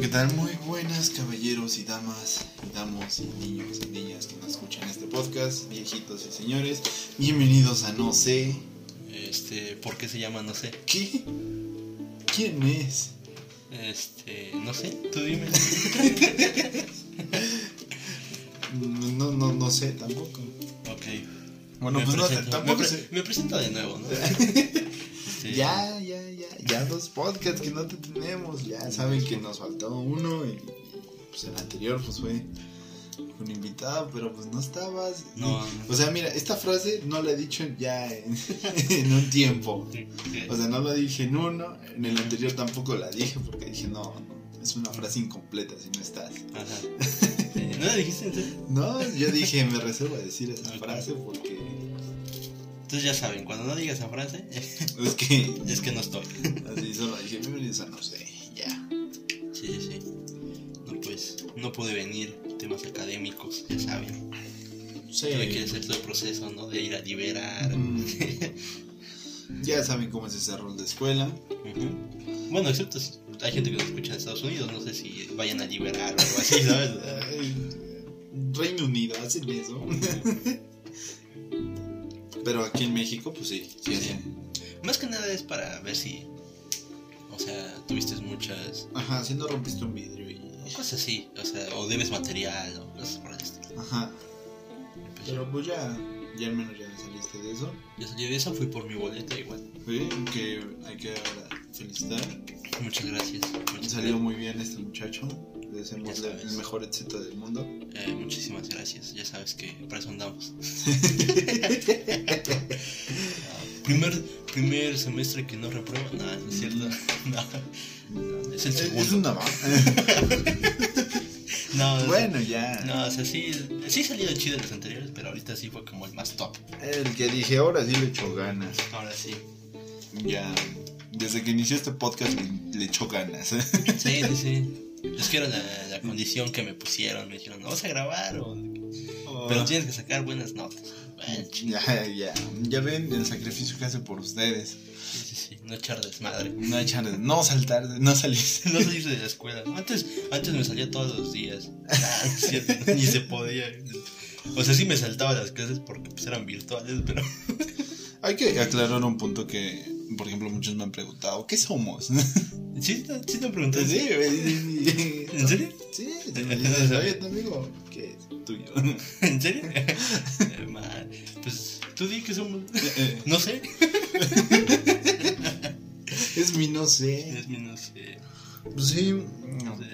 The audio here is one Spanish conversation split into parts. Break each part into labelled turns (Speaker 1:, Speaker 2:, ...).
Speaker 1: ¿Qué tal? Muy buenas caballeros y damas y damos y niños y niñas que nos escuchan este podcast, viejitos y señores. Bienvenidos a No sé.
Speaker 2: Este, ¿por qué se llama no sé?
Speaker 1: ¿Qué? ¿Quién es?
Speaker 2: Este, no sé, tú dime.
Speaker 1: No, no, no sé tampoco.
Speaker 2: Ok.
Speaker 1: Bueno,
Speaker 2: me
Speaker 1: pues no,
Speaker 2: presento,
Speaker 1: tampoco
Speaker 2: me, pre-
Speaker 1: sé.
Speaker 2: me presento de nuevo, ¿no? Este,
Speaker 1: Ya, ya, ya, ya dos podcasts que no te tenemos. Ya saben que nos faltó uno y, y, pues el anterior pues fue un invitado, pero pues no estabas.
Speaker 2: No.
Speaker 1: O sea, mira, esta frase no la he dicho ya en, en un tiempo. O sea, no la dije en uno, en el anterior tampoco la dije porque dije, no, no, es una frase incompleta si no estás.
Speaker 2: Ajá. Eh, ¿No le dijiste entonces?
Speaker 1: No, yo dije, me reservo a decir esa
Speaker 2: Ok.
Speaker 1: frase porque
Speaker 2: Entonces ya saben, cuando no digas esa frase,
Speaker 1: es que
Speaker 2: es que no estoy.
Speaker 1: así solo dije, bienvenidos a no sé, ya.
Speaker 2: Sí, sí, sí. No, pues, no pude venir. Temas académicos, ya saben. Tuve que hacer todo el proceso, ¿no? De ir a liberar.
Speaker 1: Mm. Ya saben cómo es ese rol de escuela.
Speaker 2: Ujú. Bueno, excepto si hay gente que nos escucha en Estados Unidos, no sé si vayan a liberar o algo así, ¿sabes?
Speaker 1: Ay, Eh, Reino Unido, hacen eso. Pero aquí en México, pues sí, sí
Speaker 2: Sí.
Speaker 1: hacen.
Speaker 2: Más que nada es para ver si, o sea, tuviste muchas
Speaker 1: Ajá, si no rompiste un vidrio y...
Speaker 2: cosas así, o sea, o debes material o cosas por el estilo.
Speaker 1: Ajá,
Speaker 2: Pues
Speaker 1: pero pues ya, ya al menos ya saliste de eso.
Speaker 2: yo, yo salí de esa, fui por mi boleta igual.
Speaker 1: Sí, que hay que felicitar.
Speaker 2: Muchas gracias. Muchas,
Speaker 1: Salió muy bien este muchacho. Le
Speaker 2: Ya
Speaker 1: deseamos
Speaker 2: sabes.
Speaker 1: el mejor éxito del mundo.
Speaker 2: eh, muchísimas gracias, ya sabes que para eso andamos. primer, primer semestre que no reprueba, nada, no es cierto. No, es el
Speaker 1: Es-
Speaker 2: segundo.
Speaker 1: Es una va.
Speaker 2: No,
Speaker 1: bueno, ya.
Speaker 2: No, o sea, sí, sí salieron chidos los anteriores, pero ahorita sí fue como el más top.
Speaker 1: El que dije ahora sí le echó ganas.
Speaker 2: Ahora sí.
Speaker 1: Ya. Desde que inició este podcast le, le echó ganas.
Speaker 2: Sí, sí, sí. Es que era la, la condición que me pusieron. Me dijeron, ¿no vas a grabar? O... Pero tienes que sacar buenas notas. Bueno, ch-
Speaker 1: Ya, ya. Ya ven el sacrificio que hace por ustedes.
Speaker 2: sí, sí, sí. No echar desmadre.
Speaker 1: No echar, no saltar, no salir.
Speaker 2: No salirse de la escuela. Antes, antes me salía todos los días. Ah, es cierto, Ni se podía. O sea, sí me saltaba las clases porque pues, eran virtuales, pero...
Speaker 1: Hay que aclarar un punto que, por ejemplo, muchos me han preguntado, ¿qué somos?
Speaker 2: ¿Sí, te- sí te pregunté?
Speaker 1: Sí, me dicen,
Speaker 2: ¿En serio?
Speaker 1: Sí, te me dices, oye, tu amigo, que es tuyo.
Speaker 2: ¿En serio? Eh, ma, Pues tú di que somos... No sé.
Speaker 1: es mi no sé.
Speaker 2: Es menos... eh,
Speaker 1: Pues sí,
Speaker 2: no sé.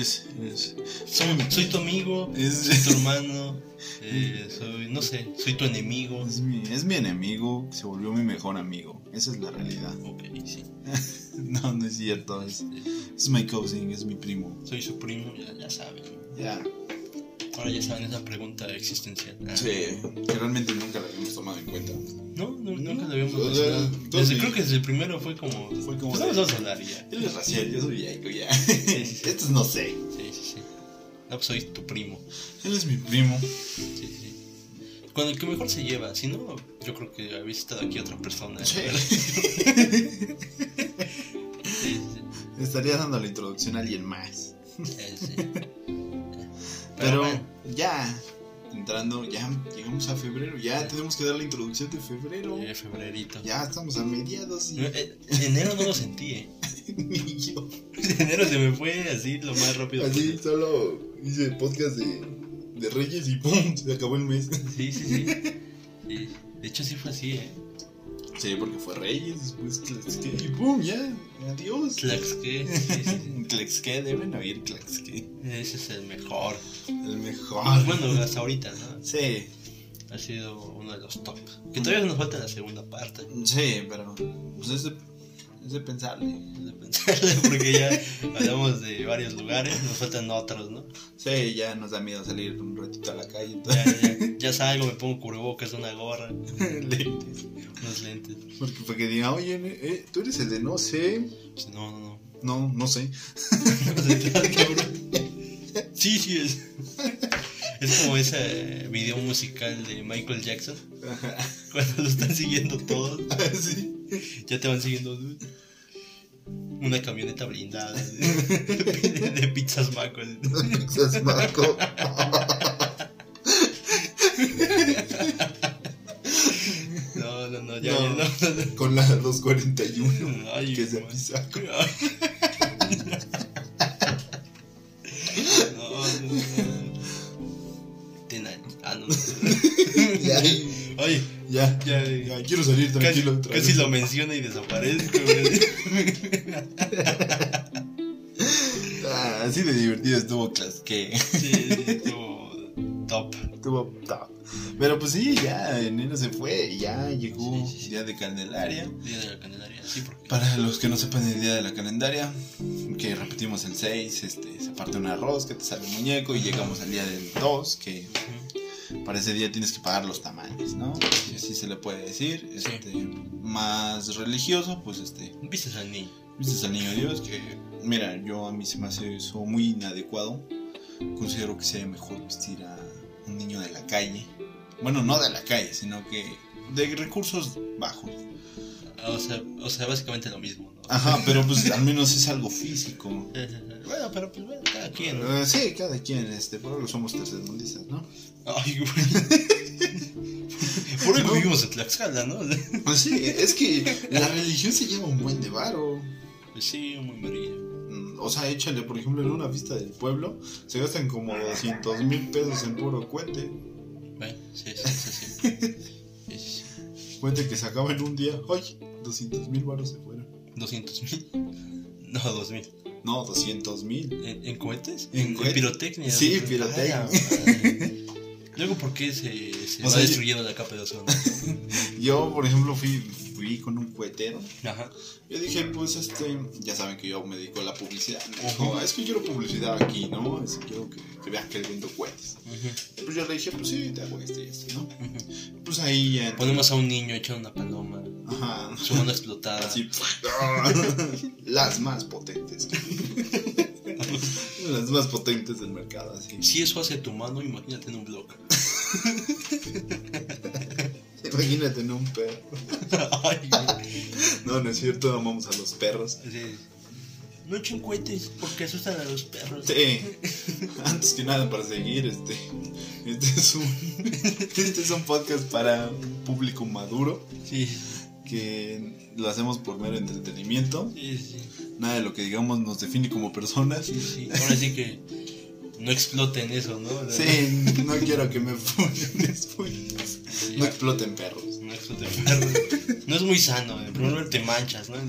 Speaker 1: es, es,
Speaker 2: Soy, soy tu amigo, soy
Speaker 1: es,
Speaker 2: tu hermano, eh, soy, no sé, soy tu enemigo.
Speaker 1: es mi, es mi enemigo, se volvió mi mejor amigo. Esa es la realidad.
Speaker 2: Ok, sí.
Speaker 1: No, no es cierto, es,
Speaker 2: Eh,
Speaker 1: es my cousin, es mi primo.
Speaker 2: soy su primo, ya, ya saben.
Speaker 1: Ya.
Speaker 2: Ahora ya saben esa pregunta existencial. Ah,
Speaker 1: Sí, que realmente nunca la habíamos tomado en cuenta.
Speaker 2: No, no, nunca lo
Speaker 1: O
Speaker 2: habíamos
Speaker 1: sea,
Speaker 2: mencionado.
Speaker 1: todo
Speaker 2: Desde,
Speaker 1: mi-
Speaker 2: creo que desde el primero fue como...
Speaker 1: Fue como
Speaker 2: Pues
Speaker 1: de-
Speaker 2: vamos a hablar y ya.
Speaker 1: Él es racial, yo soy viejo ya.
Speaker 2: sí, sí.
Speaker 1: Esto es no sé.
Speaker 2: Sí, sí, sí. No, pues soy tu primo.
Speaker 1: Él es mi primo.
Speaker 2: Sí, sí, sí. Con el que mejor se lleva. Si no, yo creo que habéis estado aquí otra persona.
Speaker 1: Sí.
Speaker 2: Sí, sí.
Speaker 1: Estaría dando la introducción a alguien más.
Speaker 2: Eh, sí. Pero,
Speaker 1: Pero
Speaker 2: bueno,
Speaker 1: ya, entrando, ya llegamos a febrero. Ya
Speaker 2: Sí.
Speaker 1: tenemos que dar la introducción de febrero.
Speaker 2: eh, febrerito.
Speaker 1: Ya estamos a mediados y
Speaker 2: No, eh, enero no lo sentí, eh.
Speaker 1: ni yo.
Speaker 2: Enero se me fue así lo más rápido.
Speaker 1: Así solo hice el podcast de, de Reyes y ¡pum! Se acabó el mes.
Speaker 2: Sí, sí, sí, Sí. De hecho, sí fue así, eh.
Speaker 1: Sí, porque fue Reyes, después Tlaxqué y ¡pum! Ya, adiós.
Speaker 2: Tlaxqué, sí, sí, sí.
Speaker 1: Tlaxqué, deben oír Tlaxqué.
Speaker 2: Ese es el mejor.
Speaker 1: El
Speaker 2: Pues
Speaker 1: mejor.
Speaker 2: bueno, hasta ahorita, ¿no?
Speaker 1: Sí,
Speaker 2: Ha sido uno de los top. Que todavía nos falta la segunda parte.
Speaker 1: sí, pero pues es de, es de ¿eh? pensarle.
Speaker 2: De pensarle, porque ya hablamos de varios lugares, nos faltan otros, ¿no?
Speaker 1: Sí, ya nos da miedo salir un ratito a la calle.
Speaker 2: Ya,
Speaker 1: Entonces,
Speaker 2: ya, ya salgo, me pongo cubrebocas, una gorra,
Speaker 1: lentes.
Speaker 2: unos lentes.
Speaker 1: Porque para que diga, oye, eh, tú eres el de no sé.
Speaker 2: Pues no, no, no.
Speaker 1: No, no sé.
Speaker 2: Sí, sí es. Es como ese video musical de Michael Jackson. Cuando lo están siguiendo todos,
Speaker 1: sí.
Speaker 2: ya te van siguiendo. Una camioneta blindada de, de pizzas maco.
Speaker 1: Pizzas maco.
Speaker 2: No, no, no, ya, no. Ya, no, no.
Speaker 1: Con la 241,
Speaker 2: Ay,
Speaker 1: que es de
Speaker 2: man.
Speaker 1: pisaco.
Speaker 2: No, no, no. Tena- Ah, no. no.
Speaker 1: Ya,
Speaker 2: Ay,
Speaker 1: ya,
Speaker 2: ya.
Speaker 1: ya, quiero salir
Speaker 2: Casi,
Speaker 1: tranquilo. otra
Speaker 2: casi
Speaker 1: vez.
Speaker 2: lo menciona y desaparezco. güey.
Speaker 1: Ah, así de divertido estuvo Class que
Speaker 2: Sí, sí, como top.
Speaker 1: Estuvo top. Pero pues sí, ya enero se fue y ya llegó
Speaker 2: Sí, sí, sí.
Speaker 1: Día de Candelaria.
Speaker 2: Día de la Candelaria, sí, porque.
Speaker 1: Para los que no sepan el Día de la Calendaria, que repetimos el 6, este, se parte un arroz que te sale un muñeco y llegamos al día del 2, que
Speaker 2: Ujú.
Speaker 1: para ese día tienes que pagar los tamales, ¿no? Si así se le puede decir. Este, Más religioso, pues este,
Speaker 2: Viste al niño.
Speaker 1: Viste al niño Dios que, mira, yo a mí se me hace eso muy inadecuado. Considero que sería mejor vestir a un niño de la calle. Bueno, no de la calle, sino que de recursos bajos.
Speaker 2: Ah, O sea, o sea, básicamente lo mismo, ¿no?
Speaker 1: Ajá, pero pues al menos es algo físico.
Speaker 2: Bueno, pero pues bueno, cada quien, ¿no?
Speaker 1: Eh, sí, cada quien, este, por algo somos tercermundistas, ¿no?
Speaker 2: Ay, güey. Por algo
Speaker 1: No.
Speaker 2: vivimos en Tlaxcala, ¿no?
Speaker 1: Pues sí, es que la religión se lleva un buen de varo.
Speaker 2: Sí, muy amarillo.
Speaker 1: Mm, O sea, échale, por ejemplo, en una fiesta del pueblo, se gastan como 200 mil pesos en puro cuente.
Speaker 2: Bueno, sí, sí, sí. sí. Sí, sí, sí.
Speaker 1: Cuente que se acaba en un día. ¡Ay! 200 mil baros se fueron.
Speaker 2: 200 mil. No, 2 mil.
Speaker 1: No, 200 mil.
Speaker 2: ¿En, en cohetes?
Speaker 1: En
Speaker 2: En,
Speaker 1: cohetes.
Speaker 2: pirotecnia.
Speaker 1: Sí,
Speaker 2: ¿no?
Speaker 1: pirotecnia.
Speaker 2: Ay, madre. Luego, ¿por qué se, se
Speaker 1: O
Speaker 2: va
Speaker 1: sea, yo-
Speaker 2: destruyendo la capa de ozono?
Speaker 1: Yo, por ejemplo, fui, fui con un cohetero.
Speaker 2: Ajá.
Speaker 1: Yo dije, pues, este, ya saben que yo me dedico a la publicidad. Me dijo, es que quiero publicidad aquí, ¿no? Es que quiero que, que veas que vendo cohetes.
Speaker 2: Ujú,
Speaker 1: Y pues yo le dije, pues sí, te hago este y este, ¿no?
Speaker 2: ujú.
Speaker 1: Pues ahí ya.
Speaker 2: Ponemos a un niño echando una paloma,
Speaker 1: Ajá.
Speaker 2: su mano explotada.
Speaker 1: Así. Las más potentes. Las más potentes del mercado, así.
Speaker 2: Si eso hace tu mano, imagínate en un blog.
Speaker 1: Imagínate en un perro.
Speaker 2: Ay, güey.
Speaker 1: No, no es cierto, amamos a los perros.
Speaker 2: Sí. No echen cohetes porque asustan a los perros.
Speaker 1: Sí. Este, Antes que nada, para seguir, este, este es un, este es un podcast para un público maduro
Speaker 2: Sí, sí,
Speaker 1: que lo hacemos por mero entretenimiento.
Speaker 2: sí, sí,
Speaker 1: Nada de lo que digamos nos define como personas.
Speaker 2: sí, sí. Ahora sí que no exploten eso, ¿no? La-
Speaker 1: Sí, no quiero que me funen después.
Speaker 2: sí,
Speaker 1: No exploten perros.
Speaker 2: no exploten perros. No es muy sano, en primer lugar te manchas, ¿no?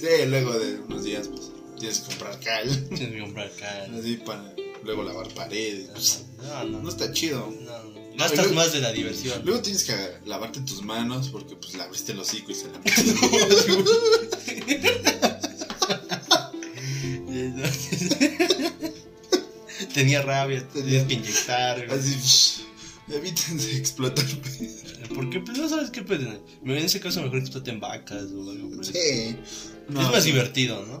Speaker 1: Sí, luego de unos días pues, tienes que comprar cal,
Speaker 2: Tienes que comprar cal.
Speaker 1: así para luego lavar paredes. Pues,
Speaker 2: No, no,
Speaker 1: no
Speaker 2: no.
Speaker 1: está chido.
Speaker 2: no. Gastas más de la diversión.
Speaker 1: Luego tienes que lavarte tus manos porque pues le abriste el hocico y se la metiste.
Speaker 2: Tenía rabia, tenías que inyectar. güey.
Speaker 1: Así, psh, evítense explotar.
Speaker 2: Porque pues no sabes qué pues, En ese caso mejor exploten vacas o algo por el
Speaker 1: Sí. No,
Speaker 2: es más divertido, ¿no?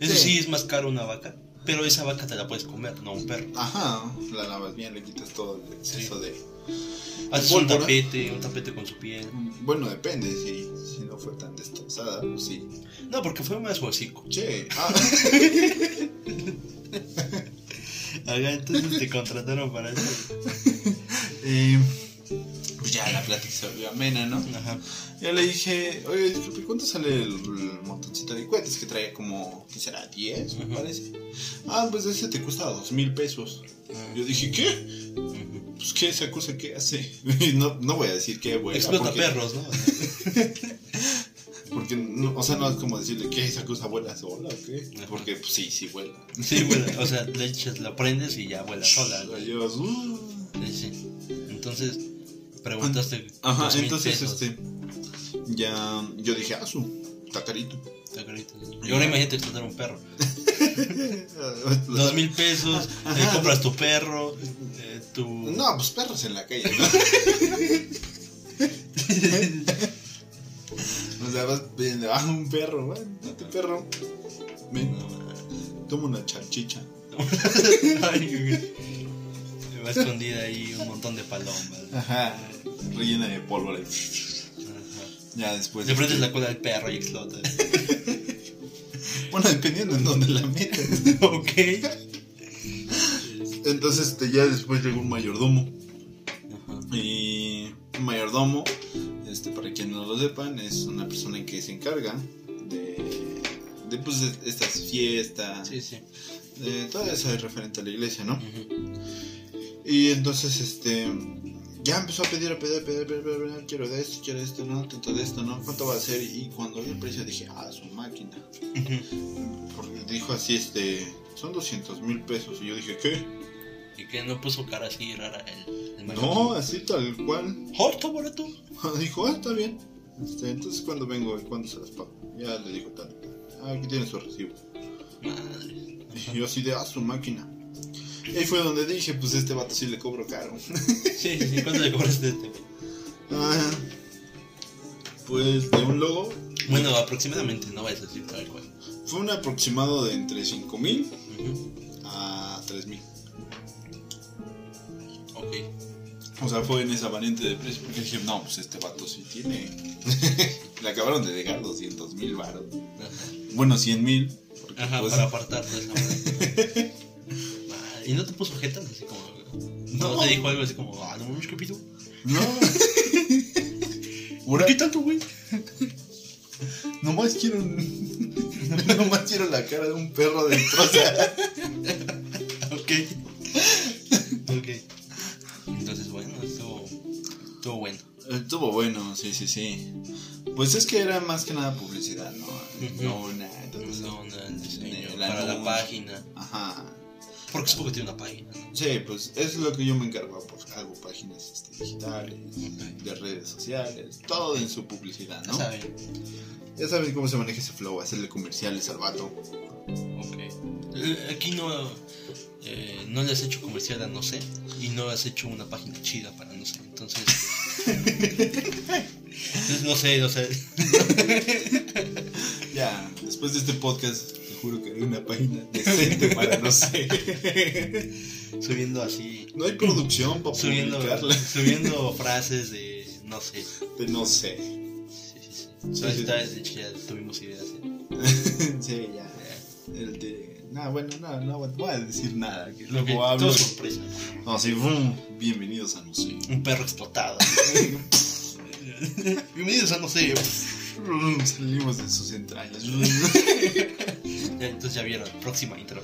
Speaker 2: Eso
Speaker 1: Sí.
Speaker 2: sí es más caro una vaca, pero esa vaca te la puedes comer, no un perro.
Speaker 1: Ajá, la lavas bien, le quitas todo el exceso de...
Speaker 2: Haces
Speaker 1: Pólvora.
Speaker 2: un tapete, un tapete con su piel.
Speaker 1: mm, Bueno, depende, si, si no fue tan destrozada, pues sí.
Speaker 2: No, porque fue más su hocico.
Speaker 1: Che, ah,
Speaker 2: Ajá, entonces te contrataron para eso.
Speaker 1: eh, pues ya la plática se volvió amena, ¿no?
Speaker 2: Ajá.
Speaker 1: Ya le dije, oye, disculpe, ¿cuánto sale el, el montoncito de cohetes que trae como, qué será, 10, me
Speaker 2: Ujú.
Speaker 1: parece? Ah, pues ese te cuesta dos mil pesos. Yo dije, ¿qué?
Speaker 2: Ujú.
Speaker 1: Pues qué esa cosa que hace. Y no, no voy a decir que vuela.
Speaker 2: Explota
Speaker 1: porque,
Speaker 2: perros, ¿no?
Speaker 1: Porque, no- o sea, no es como decirle que esa cosa vuela sola o qué.
Speaker 2: Ajá.
Speaker 1: Porque pues, sí, sí vuela.
Speaker 2: Sí, bueno, o sea, le echas, la prendes y ya vuela sola.
Speaker 1: La
Speaker 2: güey.
Speaker 1: llevas, uh.
Speaker 2: Sí, sí. Entonces, preguntaste.
Speaker 1: Ajá,
Speaker 2: dos mil
Speaker 1: entonces
Speaker 2: pesos,
Speaker 1: este. Ya. Yo dije, ah, su. Está carito.
Speaker 2: te acredito. Y ahora imagínate explotar un perro. Dos mil pesos,
Speaker 1: Ajá.
Speaker 2: eh, compras tu perro, eh, tu.
Speaker 1: No, pues perros en la calle, ¿no? O sea, vas pidiendo, ah, un perro, bueno, date perro. Ven, toma una chanchicha.
Speaker 2: Ay,
Speaker 1: Ah.
Speaker 2: güey. Va escondida ahí un montón de palomas.
Speaker 1: Ajá, rellena de pólvora. Ya después. este,
Speaker 2: Le prendes la cola al perro y explota.
Speaker 1: Bueno, dependiendo en dónde la metas.
Speaker 2: ok.
Speaker 1: Entonces, este, ya después llegó un mayordomo.
Speaker 2: Ajá.
Speaker 1: Y un mayordomo, este, para quienes no lo sepan, es una persona que se encarga de, de pues, de estas fiestas,
Speaker 2: Sí, sí.
Speaker 1: de todo eso es referente a la iglesia, ¿no?
Speaker 2: Ujú.
Speaker 1: Y entonces, este, ya empezó a pedir, a pedir, a pedir, a pedir, a pedir, a pedir, quiero de esto, quiero de esto, no, tanto de esto, no, ¿cuánto va a ser? Y cuando vi el precio dije, ah, su máquina.
Speaker 2: Ujú.
Speaker 1: Porque dijo así, este, son 200 mil pesos. Y yo dije, ¿qué?
Speaker 2: Y que no puso cara así rara el, el
Speaker 1: No, así tal cual.
Speaker 2: ¡Oh, está barato!
Speaker 1: Dijo, ah, está bien. Este, entonces, ¿cuándo vengo y cuándo se las pago? Ya le dijo tal. Ah, aquí tiene su recibo.
Speaker 2: Madre. Ajá.
Speaker 1: Y yo así de, ah, su máquina. Y ahí fue donde dije, pues este vato sí le cobro caro.
Speaker 2: Sí, sí, sí. ¿Cuánto le cobraste a este? güey?
Speaker 1: Ah, pues de un logo,
Speaker 2: Bueno, aproximadamente, no vayas a decir tal cual.
Speaker 1: fue un aproximado de entre 5 mil
Speaker 2: Ujú.
Speaker 1: a 3 mil.
Speaker 2: Ok.
Speaker 1: O sea, fue en esa variante de precio. Porque dije, no, pues este vato sí tiene. le acabaron de dejar 200 mil baros.
Speaker 2: Ajá,
Speaker 1: Bueno, 100 mil. porque,
Speaker 2: Ajá,
Speaker 1: pues,
Speaker 2: para apartarte de esa madre. Madre, ¿Y no te puso jetas así como.? No.
Speaker 1: No.
Speaker 2: te dijo algo así como, ah, no mames, qué pido.
Speaker 1: No.
Speaker 2: ¿Por
Speaker 1: Ahora-
Speaker 2: qué tanto, güey?
Speaker 1: Nomás quiero un- Nomás quiero la cara de un perro destrozada.
Speaker 2: Ok. ok. Entonces, bueno, estuvo. Estuvo bueno.
Speaker 1: Estuvo bueno, sí, sí, sí. Pues es que era más que nada publicidad, ¿no?
Speaker 2: Ujú.
Speaker 1: No, nada, entonces-
Speaker 2: No, no, el diseño.
Speaker 1: El
Speaker 2: para la
Speaker 1: anuncio.
Speaker 2: página.
Speaker 1: Ajá.
Speaker 2: Porque supongo que tiene una página. ¿no?
Speaker 1: Sí, pues eso es lo que yo me encargo, pues hago páginas este, digitales,
Speaker 2: Ok.
Speaker 1: de redes sociales, todo en su publicidad,
Speaker 2: Ya
Speaker 1: ¿no?
Speaker 2: saben.
Speaker 1: Ya saben cómo se maneja ese flow, hacerle comerciales al vato.
Speaker 2: Ok. Eh, Aquí no. eh, no le has hecho comercial a no sé. Y no has hecho una página chida para no sé. Entonces. Entonces, no sé, no sé.
Speaker 1: Ya, después de este podcast, te juro que haré una página decente para no sé.
Speaker 2: Subiendo así.
Speaker 1: No hay producción para
Speaker 2: Subiendo,
Speaker 1: publicarla.
Speaker 2: subiendo frases de. No sé.
Speaker 1: De no sé.
Speaker 2: Sí, sí, sí.
Speaker 1: Sí,
Speaker 2: Pero
Speaker 1: sí,
Speaker 2: esta
Speaker 1: sí.
Speaker 2: vez, de hecho, ya tuvimos ideas. ¿eh?
Speaker 1: sí, ya. El de. No, bueno, no, no voy a decir nada. Que
Speaker 2: Lo que
Speaker 1: luego hablo.
Speaker 2: todo sorpresa.
Speaker 1: No, sí, boom. Bienvenidos a No sé.
Speaker 2: Un perro explotado. Bienvenidos a no sé.
Speaker 1: Salimos de sus entrañas.
Speaker 2: Ya, entonces ya vieron. Próxima intro.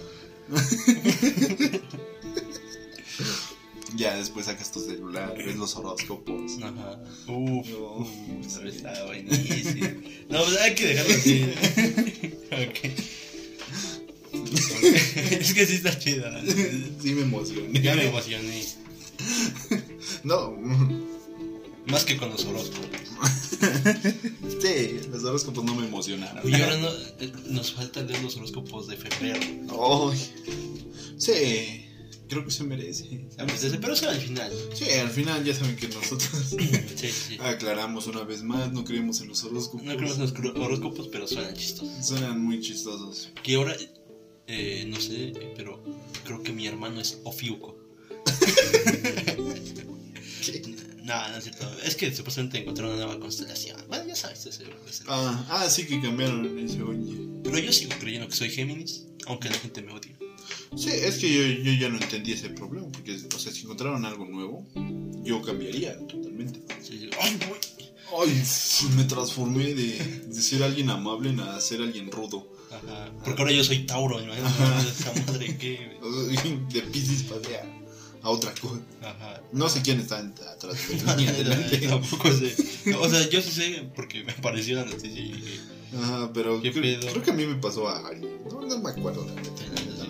Speaker 1: ya después sacas tu celular, ves los horóscopos.
Speaker 2: Ajá. Uf.
Speaker 1: No,
Speaker 2: Uh,
Speaker 1: sí.
Speaker 2: está buenísimo. No, pues hay que dejarlo así. ok. es que sí está chido.
Speaker 1: sí, me emocioné.
Speaker 2: Ya me emocioné.
Speaker 1: No.
Speaker 2: Más que con los horóscopos.
Speaker 1: Sí, los horóscopos no me emocionaron.
Speaker 2: Y ahora no, eh, nos faltan leer los horóscopos de febrero.
Speaker 1: Ay. Sí, creo que se merece.
Speaker 2: A veces, Pero eso al final. Ah.
Speaker 1: Sí, al final ya saben que nosotros
Speaker 2: Sí, sí.
Speaker 1: aclaramos una vez más, no creemos en los horóscopos.
Speaker 2: No creemos en los cro- horóscopos, pero suenan chistosos.
Speaker 1: Suenan muy chistosos.
Speaker 2: Que ahora, eh, no sé, pero creo que mi hermano es Ofiuco. No, no es cierto. Es que supuestamente encontré una nueva constelación. Bueno, ya sabes, ese- ese-
Speaker 1: Ah, ah, sí que cambiaron ese oye.
Speaker 2: Pero yo sigo creyendo que soy Géminis, aunque la gente me odie.
Speaker 1: Sí, es que yo, yo ya no entendí ese problema, porque, o sea, si encontraron algo nuevo, yo cambiaría totalmente.
Speaker 2: Sí, sí. Ay, güey.
Speaker 1: Ay, me transformé de, de ser alguien amable a ser alguien rudo.
Speaker 2: Ajá. Porque ahora yo soy Tauro, imagínate. Esa madre que.
Speaker 1: O sea, De Pisces pasé a, a otra cosa.
Speaker 2: Ajá.
Speaker 1: No sé quién está en- atrás de mí, Pues ni adelante.
Speaker 2: Tampoco sé. O sea, yo sí sé porque me apareció la noticia y dije.
Speaker 1: Ajá, pero
Speaker 2: ¿Qué
Speaker 1: creo,
Speaker 2: pedo?
Speaker 1: creo que a mí me pasó a alguien. No, no me acuerdo la neta.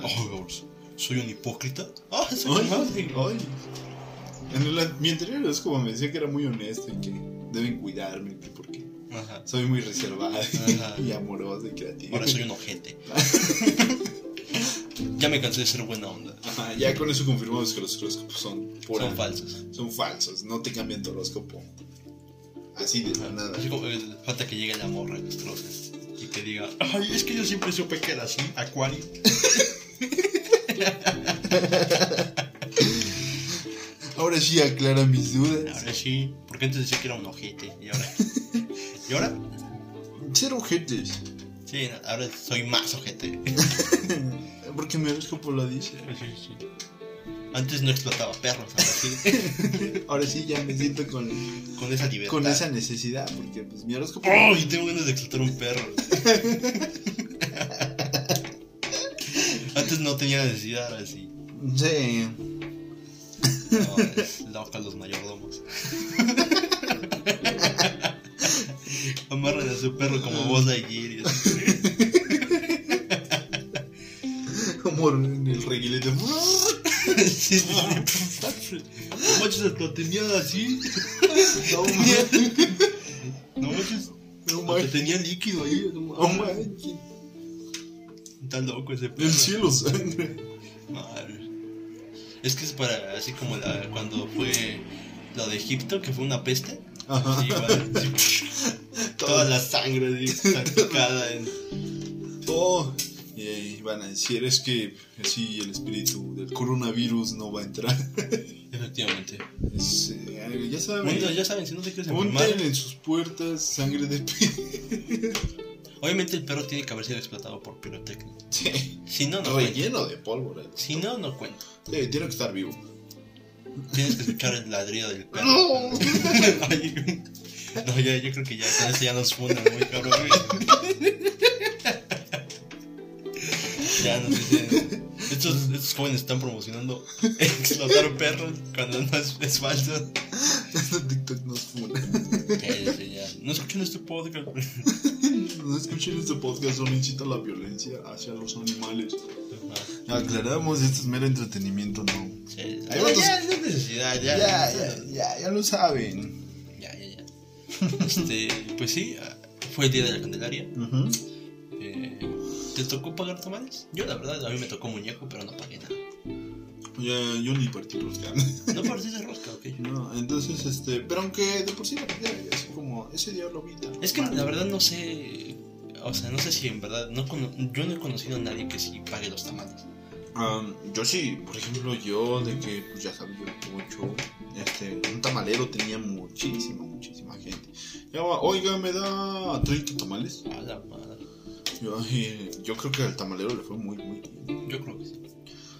Speaker 2: Oh, Dios, ¿Soy un hipócrita? Ah, soy un
Speaker 1: Ay,
Speaker 2: madre.
Speaker 1: ay. En el an- mi anterior es como me decía que era muy honesto y que deben cuidarme que porque
Speaker 2: Ajá.
Speaker 1: soy muy reservada
Speaker 2: Ajá.
Speaker 1: y amorosa y creativa.
Speaker 2: Ahora soy un ojete. ya me cansé de ser buena onda.
Speaker 1: Ajá, ya con eso confirmamos que los horóscopos son pura-
Speaker 2: Son falsos.
Speaker 1: son falsos, no te cambian tu horóscopo. Así de la nada.
Speaker 2: Así como, eh, falta que llegue la morra que destroce y te diga, ay, es que yo siempre supe que era así, Acuario.
Speaker 1: Ahora sí aclara mis dudas.
Speaker 2: Ahora sí, porque antes decía que era un ojete y ahora, ¿Y ahora?
Speaker 1: Ser ojetes.
Speaker 2: Sí, ahora soy más ojete.
Speaker 1: Porque me ves como lo dice.
Speaker 2: Antes no explotaba perros, ahora sí.
Speaker 1: Ahora sí ya me siento con,
Speaker 2: Con esa libertad.
Speaker 1: con esa necesidad, porque pues mi horóscopo...
Speaker 2: ¡Ay! Tengo ganas de explotar un perro. Antes no tenía necesidad, ahora sí.
Speaker 1: Sí.
Speaker 2: No, es loca los mayordomos. Amarran a su perro como vos Lightyear y así.
Speaker 1: Como en el reguilete.
Speaker 2: Sí, sí, sí. No manches, hasta tenía así.
Speaker 1: No mames.
Speaker 2: No manches,
Speaker 1: No
Speaker 2: hasta
Speaker 1: mames.
Speaker 2: tenía líquido ahí. no
Speaker 1: No
Speaker 2: mames.
Speaker 1: manches.
Speaker 2: Está loco ese perro.
Speaker 1: El cielo sangre.
Speaker 2: Madre. Es que es para así como la, cuando fue lo de Egipto, que fue una peste.
Speaker 1: Ajá.
Speaker 2: Sí, igual, así, toda la sangre así, salpicada en-
Speaker 1: Oh, Y ahí van a decir, es que así el espíritu del coronavirus no va a entrar.
Speaker 2: Efectivamente.
Speaker 1: Es, eh, ya saben,
Speaker 2: Bueno, ya saben, si no te quieres enfermar.
Speaker 1: monten en sus puertas sangre de pi-
Speaker 2: Obviamente el perro tiene que haber sido explotado por pirotecnia.
Speaker 1: Sí,
Speaker 2: Si no, no cuenta.
Speaker 1: Relleno de pólvora.
Speaker 2: Si no, no cuenta.
Speaker 1: Sí, tiene que estar vivo.
Speaker 2: Tienes que escuchar el ladrido del perro.
Speaker 1: No.
Speaker 2: Ay, no, ya, yo creo que ya con esto ya nos funan muy cabrón. güey. ya nos dicen. Estos, estos jóvenes están promocionando explotar perros cuando no es, es falso.
Speaker 1: TikTok nos funa.
Speaker 2: Cállense ya. No escuchan este podcast.
Speaker 1: No escuchen este podcast, solo incita a la violencia hacia los animales.
Speaker 2: Ah,
Speaker 1: Aclaramos, esto es mero entretenimiento, no.
Speaker 2: sí.
Speaker 1: Hay
Speaker 2: Ya,
Speaker 1: otros-
Speaker 2: ya, no es necesidad, ya.
Speaker 1: ya, ya lo saben.
Speaker 2: Ya, ya, ya. Este, pues sí, ah, fue el día de la Candelaria. Eh, ¿Te tocó pagar tamales? Yo, la verdad, a mí me tocó muñeco, pero no pagué nada.
Speaker 1: Ya, yo ni partí los ganas.
Speaker 2: No pareciste rosca, ok.
Speaker 1: No, entonces, este, pero aunque de por sí la vida, así como, ese día lo vi tan
Speaker 2: Es que
Speaker 1: mal.
Speaker 2: la verdad no sé. O sea, no sé si en verdad. No cono- yo no he conocido a nadie que sí pague los tamales.
Speaker 1: Am, yo sí, por ejemplo, yo de que pues, ya sabes, yo mucho, este, un tamalero tenía muchísima, muchísima gente. Llamaba, oiga, me da 30 tamales.
Speaker 2: A la madre.
Speaker 1: Yo, ay, yo creo que al tamalero le fue muy, muy bien.
Speaker 2: Yo creo que sí.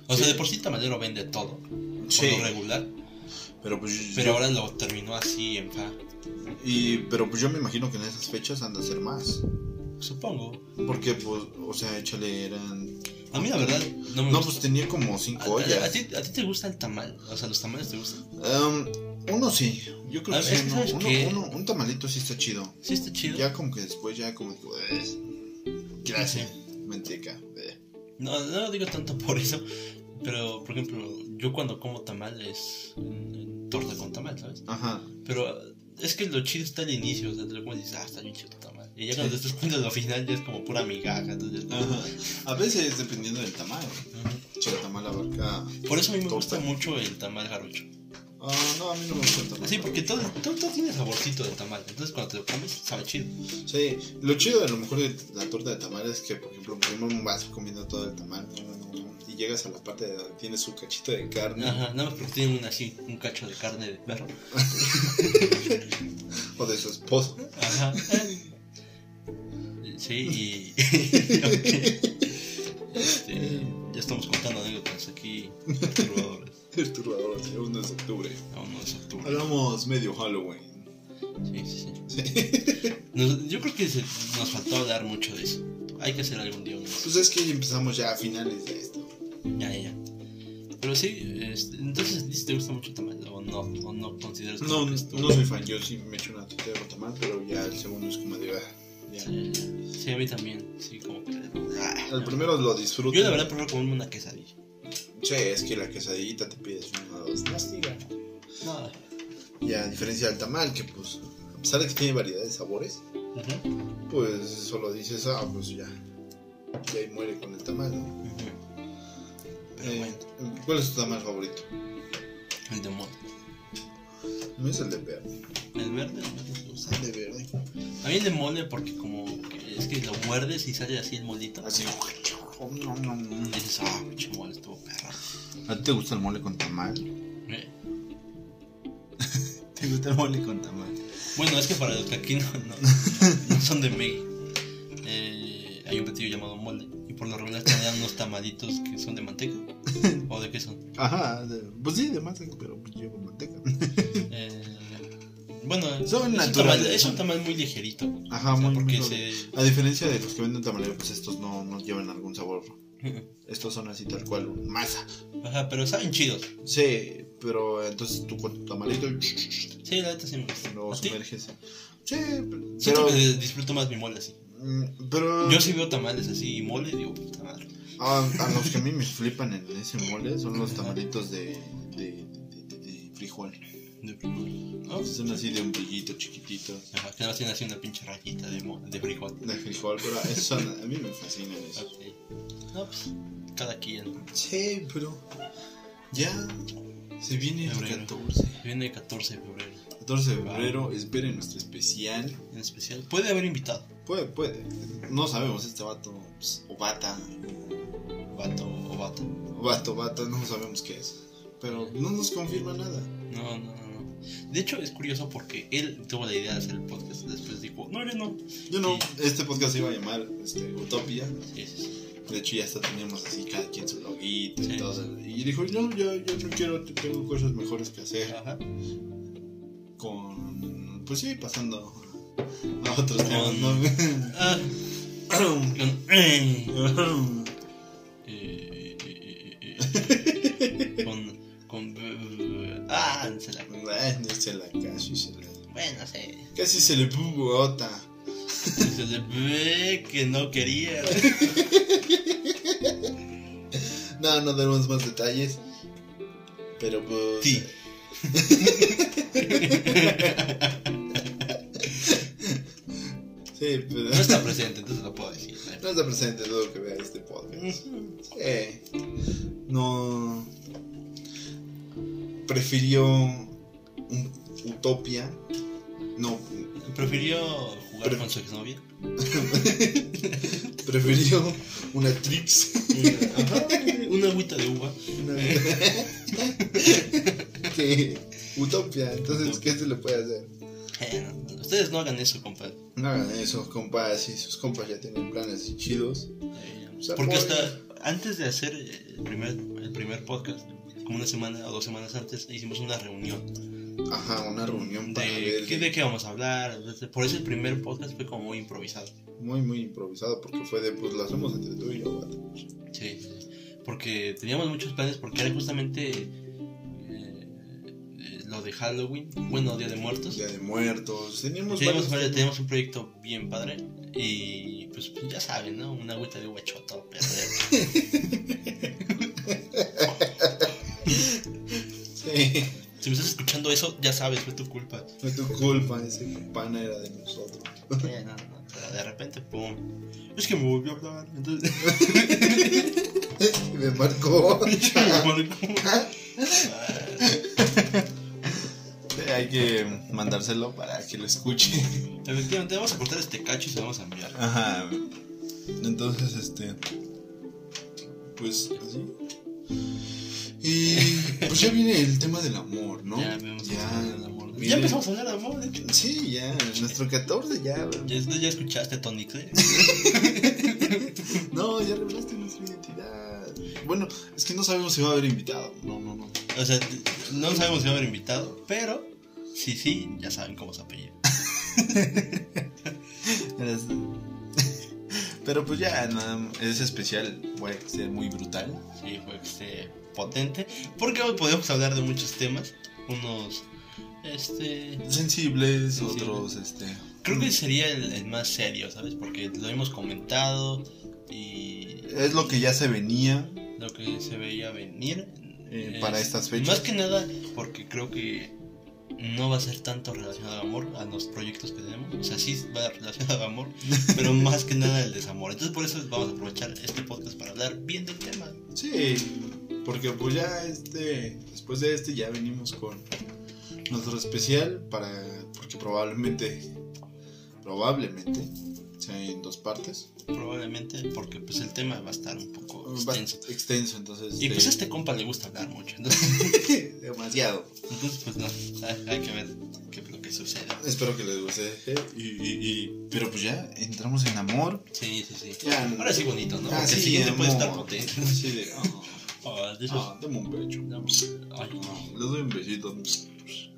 Speaker 2: O sea, de por sí Tamalero vende todo. Por lo regular.
Speaker 1: pero pues, yo-
Speaker 2: Pero ahora lo terminó así en fa.
Speaker 1: y, pero pues yo me imagino que en esas fechas han de hacer más.
Speaker 2: Supongo.
Speaker 1: Porque, pues, o sea, échale, eran.
Speaker 2: A mí, la verdad, no me
Speaker 1: No,
Speaker 2: gusta.
Speaker 1: pues tenía como
Speaker 2: A-
Speaker 1: 5
Speaker 2: a, a
Speaker 1: ollas.
Speaker 2: ti, ¿A ti te gusta el tamal? O sea, los tamales te gustan.
Speaker 1: Am, Em, uno sí, yo creo
Speaker 2: Ah,
Speaker 1: que
Speaker 2: es
Speaker 1: sí,
Speaker 2: que
Speaker 1: uno,
Speaker 2: ¿sabes
Speaker 1: uno-
Speaker 2: qué?
Speaker 1: uno- un tamalito sí está chido.
Speaker 2: Sí, está chido.
Speaker 1: Ya como que después ya como digo, "Eh, gracias, manteca. eh".
Speaker 2: No, no lo digo tanto por eso. Pero, por ejemplo, yo cuando como tamales, en- en torta con tamal, ¿sabes?
Speaker 1: Ajá.
Speaker 2: Pero ah, es que lo chido está al inicio. O sea, te lo comes y dices, ah, está bien chido tu tamal. Y ya cuando te das cuenta de lo final, ya es como pura migaja. Entonces,
Speaker 1: A veces dependiendo del tamaño.
Speaker 2: Ujú.
Speaker 1: El tamal abarca.
Speaker 2: Por eso a mí me
Speaker 1: Torta.
Speaker 2: gusta mucho el tamal jarocho.
Speaker 1: Ah, no, a mí no me gusta el tamal.
Speaker 2: Sí, porque todo, todo, todo tiene saborcito de tamal. Entonces, cuando te lo comes, sabe chido.
Speaker 1: Sí, lo chido a lo mejor de la torta de tamal es que, por ejemplo, primero vas comiendo todo el tamal y llegas a la parte de donde tiene su cachito de carne
Speaker 2: Ajá, nada más porque tiene un así, un cacho de carne de perro.
Speaker 1: o de su esposo.
Speaker 2: Ajá. Sí, y. ok. Este, ya estamos contando anécdotas aquí. perturbadoras.
Speaker 1: Perturbador, el 1 de octubre.
Speaker 2: No, no es octubre.
Speaker 1: Hablamos medio Halloween.
Speaker 2: Sí, sí, sí. Nos- yo creo que se- nos faltó hablar mucho de eso. Hay que hacer algún día uno.
Speaker 1: Pues es que empezamos ya a finales de esto.
Speaker 2: Ya, ya, ya. Pero sí, este, entonces, ¿dices ¿te gusta mucho el tamal? ¿O no? ¿O no consideras que
Speaker 1: No,
Speaker 2: que
Speaker 1: no
Speaker 2: estuvo-
Speaker 1: soy fan, yo sí me echo una torta de guatamala, pero ya el segundo es como de... ah, ya.
Speaker 2: Sí, sí, sí, a mí también. Sí, como que. ah.
Speaker 1: El primero lo disfruto.
Speaker 2: Yo la verdad prefiero comerme una quesadilla.
Speaker 1: Sí, es que la quesadillita te pides una, dos, tres.
Speaker 2: No.
Speaker 1: Y a diferencia del tamal, que pues, a pesar de que tiene variedad de sabores,
Speaker 2: Ajá.
Speaker 1: pues solo dices, ah, pues ya. Y ahí muere con el tamal, ¿no?
Speaker 2: Pero
Speaker 1: Eh,
Speaker 2: bueno,
Speaker 1: ¿Cuál es tu tamal favorito?
Speaker 2: el de moda.
Speaker 1: No es el de verde.
Speaker 2: El verde, el verde me gusta.
Speaker 1: Ah, El de verde.
Speaker 2: A mí el de mole porque como que es que lo muerdes y sale así el molito.
Speaker 1: Así. Oh,
Speaker 2: Y dices, ah, pinche mole, estuvo perro.
Speaker 1: ¿A ti te gusta el mole con tamal?
Speaker 2: Eh,
Speaker 1: ¿Te gusta el mole con tamal?
Speaker 2: Bueno, es que para los que aquí no, no- no- no son de Maggie, eh, hay un platillo llamado mole. Y por lo regular te dan unos tamaditos que son de manteca. ¿O de qué son?
Speaker 1: Ajá, de- pues sí, de manteca, pero pues yo con manteca.
Speaker 2: Eh, bueno,
Speaker 1: Son
Speaker 2: es, un
Speaker 1: naturales,
Speaker 2: tamal, es un
Speaker 1: ¿no?
Speaker 2: tamal muy ligerito. o
Speaker 1: Ajá,
Speaker 2: sea,
Speaker 1: muy
Speaker 2: porque
Speaker 1: muy
Speaker 2: se...
Speaker 1: A diferencia de los que venden tamales, pues estos no, no llevan algún sabor. Estos son así tal cual, masa.
Speaker 2: Ajá, pero saben chidos.
Speaker 1: Sí, pero entonces tú con tu tamalito y
Speaker 2: Sí, la neta sí me gusta.
Speaker 1: lo
Speaker 2: ¿A ti?
Speaker 1: sumerges. Sí, pero.
Speaker 2: Siento que disfruto más mi mole así.
Speaker 1: mm, Pero.
Speaker 2: Yo sí veo tamales así y mole, digo, pues, puta madre.
Speaker 1: A, a los que a mí me flipan en ese mole son los
Speaker 2: Ajá.
Speaker 1: tamalitos de, de, de, de- de frijol.
Speaker 2: De frijol. ¿No?
Speaker 1: Son así de un brillito chiquitito.
Speaker 2: Ajá, que no tienen así una pinche rayita de, mo- de frijol.
Speaker 1: De frijol, pero eso, a mí me fascina eso.
Speaker 2: Ok. No, pues, cada quien.
Speaker 1: Sí, pero. Ya. Se viene el
Speaker 2: Febrero. Ah.
Speaker 1: 14.
Speaker 2: Viene el 14 de febrero.
Speaker 1: 14 de febrero, esperen nuestro especial.
Speaker 2: En especial. Puede haber invitado.
Speaker 1: Puede, puede. No sabemos, este vato. pues, o bata.
Speaker 2: Vato o vato.
Speaker 1: o Vato, bata, no sabemos qué es. Pero no nos confirma nada.
Speaker 2: No, no, no. no. De hecho, es curioso porque él tuvo la idea de hacer el podcast. Después dijo, no, yo no.
Speaker 1: Yo no,
Speaker 2: Sí.
Speaker 1: este podcast se iba a llamar este, Utopia.
Speaker 2: Sí, sí, sí.
Speaker 1: De hecho, ya hasta teníamos así cada quien su loguito
Speaker 2: Sí.
Speaker 1: y todo. Y dijo, no, yo, yo no quiero, te- tengo cosas mejores que hacer.
Speaker 2: Ajá.
Speaker 1: Con, pues sí, pasando a otros
Speaker 2: Con-
Speaker 1: temas, ¿no?
Speaker 2: Ah, con- eh, eh, eh, eh, eh, con. Con. Ah, se la.
Speaker 1: Ay, no se la casi se la...
Speaker 2: Bueno, sí.
Speaker 1: Casi se le puso otra.
Speaker 2: Se le ve que no quería.
Speaker 1: No, no daremos más detalles. Pero pues...
Speaker 2: Sí.
Speaker 1: Sí, pero...
Speaker 2: No está presente, entonces no puedo decir.
Speaker 1: No está presente todo que vea este
Speaker 2: Mm.
Speaker 1: podcast. Eh, no. Prefirió un- Utopia. No,
Speaker 2: Prefirió jugar
Speaker 1: Pre-
Speaker 2: con su exnovia.
Speaker 1: prefirió una Trix.
Speaker 2: Ajá, Una agüita de uva.
Speaker 1: Una- que Utopia. Entonces, ¿qué se le puede hacer?
Speaker 2: Eh, no, no, Ustedes no hagan eso, compadre.
Speaker 1: No hagan eso, compas. Si sus compas ya tienen planes así chidos.
Speaker 2: Eh,
Speaker 1: sea,
Speaker 2: Porque
Speaker 1: voy-
Speaker 2: hasta antes de hacer eh, el primer, el primer podcast, como una semana o dos semanas antes, hicimos una reunión
Speaker 1: Ajá, una reunión para
Speaker 2: de
Speaker 1: ver.
Speaker 2: qué, de qué vamos a hablar. Por eso el primer podcast fue como muy improvisado.
Speaker 1: Muy, muy improvisado porque fue de pues lo hacemos entre tú y yo, vato.
Speaker 2: Sí, porque teníamos muchos planes, porque era justamente eh, eh, lo de Halloween, bueno, Día de Muertos.
Speaker 1: Día de Muertos. Teníamos
Speaker 2: Teníamos,
Speaker 1: varios-
Speaker 2: varios- teníamos un proyecto bien padre y pues pues, ya saben, ¿no? Una agüita de guachota o perder.
Speaker 1: Sí.
Speaker 2: Si me estás escuchando eso, ya sabes, fue tu culpa.
Speaker 1: Fue tu culpa, ese pana era de nosotros.
Speaker 2: Eh, no, no, pero de repente, pum. Es que me volvió a hablar. Entonces,
Speaker 1: Y me marcó.
Speaker 2: me marcó.
Speaker 1: Hay que mandárselo para que lo escuche.
Speaker 2: Efectivamente, vamos a cortar este cacho y se lo vamos a enviar.
Speaker 1: Ajá. Entonces, este. Pues así. Y pues ya viene el tema del amor, ¿no?
Speaker 2: Ya, vamos a
Speaker 1: Ya,
Speaker 2: hablar de amor.
Speaker 1: viene-
Speaker 2: Ya empezamos a hablar de amor, de hecho.
Speaker 1: Sí, ya. Nuestro 14 ya.
Speaker 2: Ya, ya escuchaste Tony Clay.
Speaker 1: No, ya revelaste nuestra identidad. Bueno, es que no sabemos si va a haber invitado. No, no, no.
Speaker 2: O sea, no sabemos si va a haber invitado, pero sí, sí, ya saben cómo se apellida.
Speaker 1: Eres- Pero pues ya, nada m- ese especial puede ser muy brutal.
Speaker 2: Sí, fue este, potente. Porque hoy podemos hablar de muchos temas. Unos. Este.
Speaker 1: Sensibles,
Speaker 2: Sensibles.
Speaker 1: otros, este.
Speaker 2: Creo que sería el, el más serio, ¿sabes? Porque lo hemos comentado y
Speaker 1: Es lo que ya se venía.
Speaker 2: lo que se veía venir.
Speaker 1: Eh, para estas fechas.
Speaker 2: Más que nada porque creo que no va a ser tanto relacionado al amor, a los proyectos que tenemos. O sea, sí va relacionado al amor, pero más que nada el desamor. Entonces por eso vamos a aprovechar este podcast para hablar bien del tema.
Speaker 1: Sí, porque pues ya este. Después de este ya venimos con nuestro especial para. Porque probablemente. Probablemente sea en dos partes.
Speaker 2: probablemente, porque pues el tema va a estar un poco
Speaker 1: Va-
Speaker 2: extenso.
Speaker 1: extenso, entonces.
Speaker 2: Y pues a
Speaker 1: eh,
Speaker 2: este compa le gusta hablar mucho, entonces,
Speaker 1: demasiado.
Speaker 2: entonces, pues no, hay, hay que ver qué es lo que suceda.
Speaker 1: Espero que les guste. eh, Y, y- y- pero pues ya entramos en amor.
Speaker 2: Sí, sí, sí.
Speaker 1: Ya,
Speaker 2: Ahora sí bonito, ¿no? Porque
Speaker 1: Ah, sí,
Speaker 2: el siguiente puede
Speaker 1: amor.
Speaker 2: estar potente.
Speaker 1: Sí, de, ah,
Speaker 2: Ah, de esos-
Speaker 1: ah, dame un pecho.
Speaker 2: Ay, no.
Speaker 1: Les doy un besito.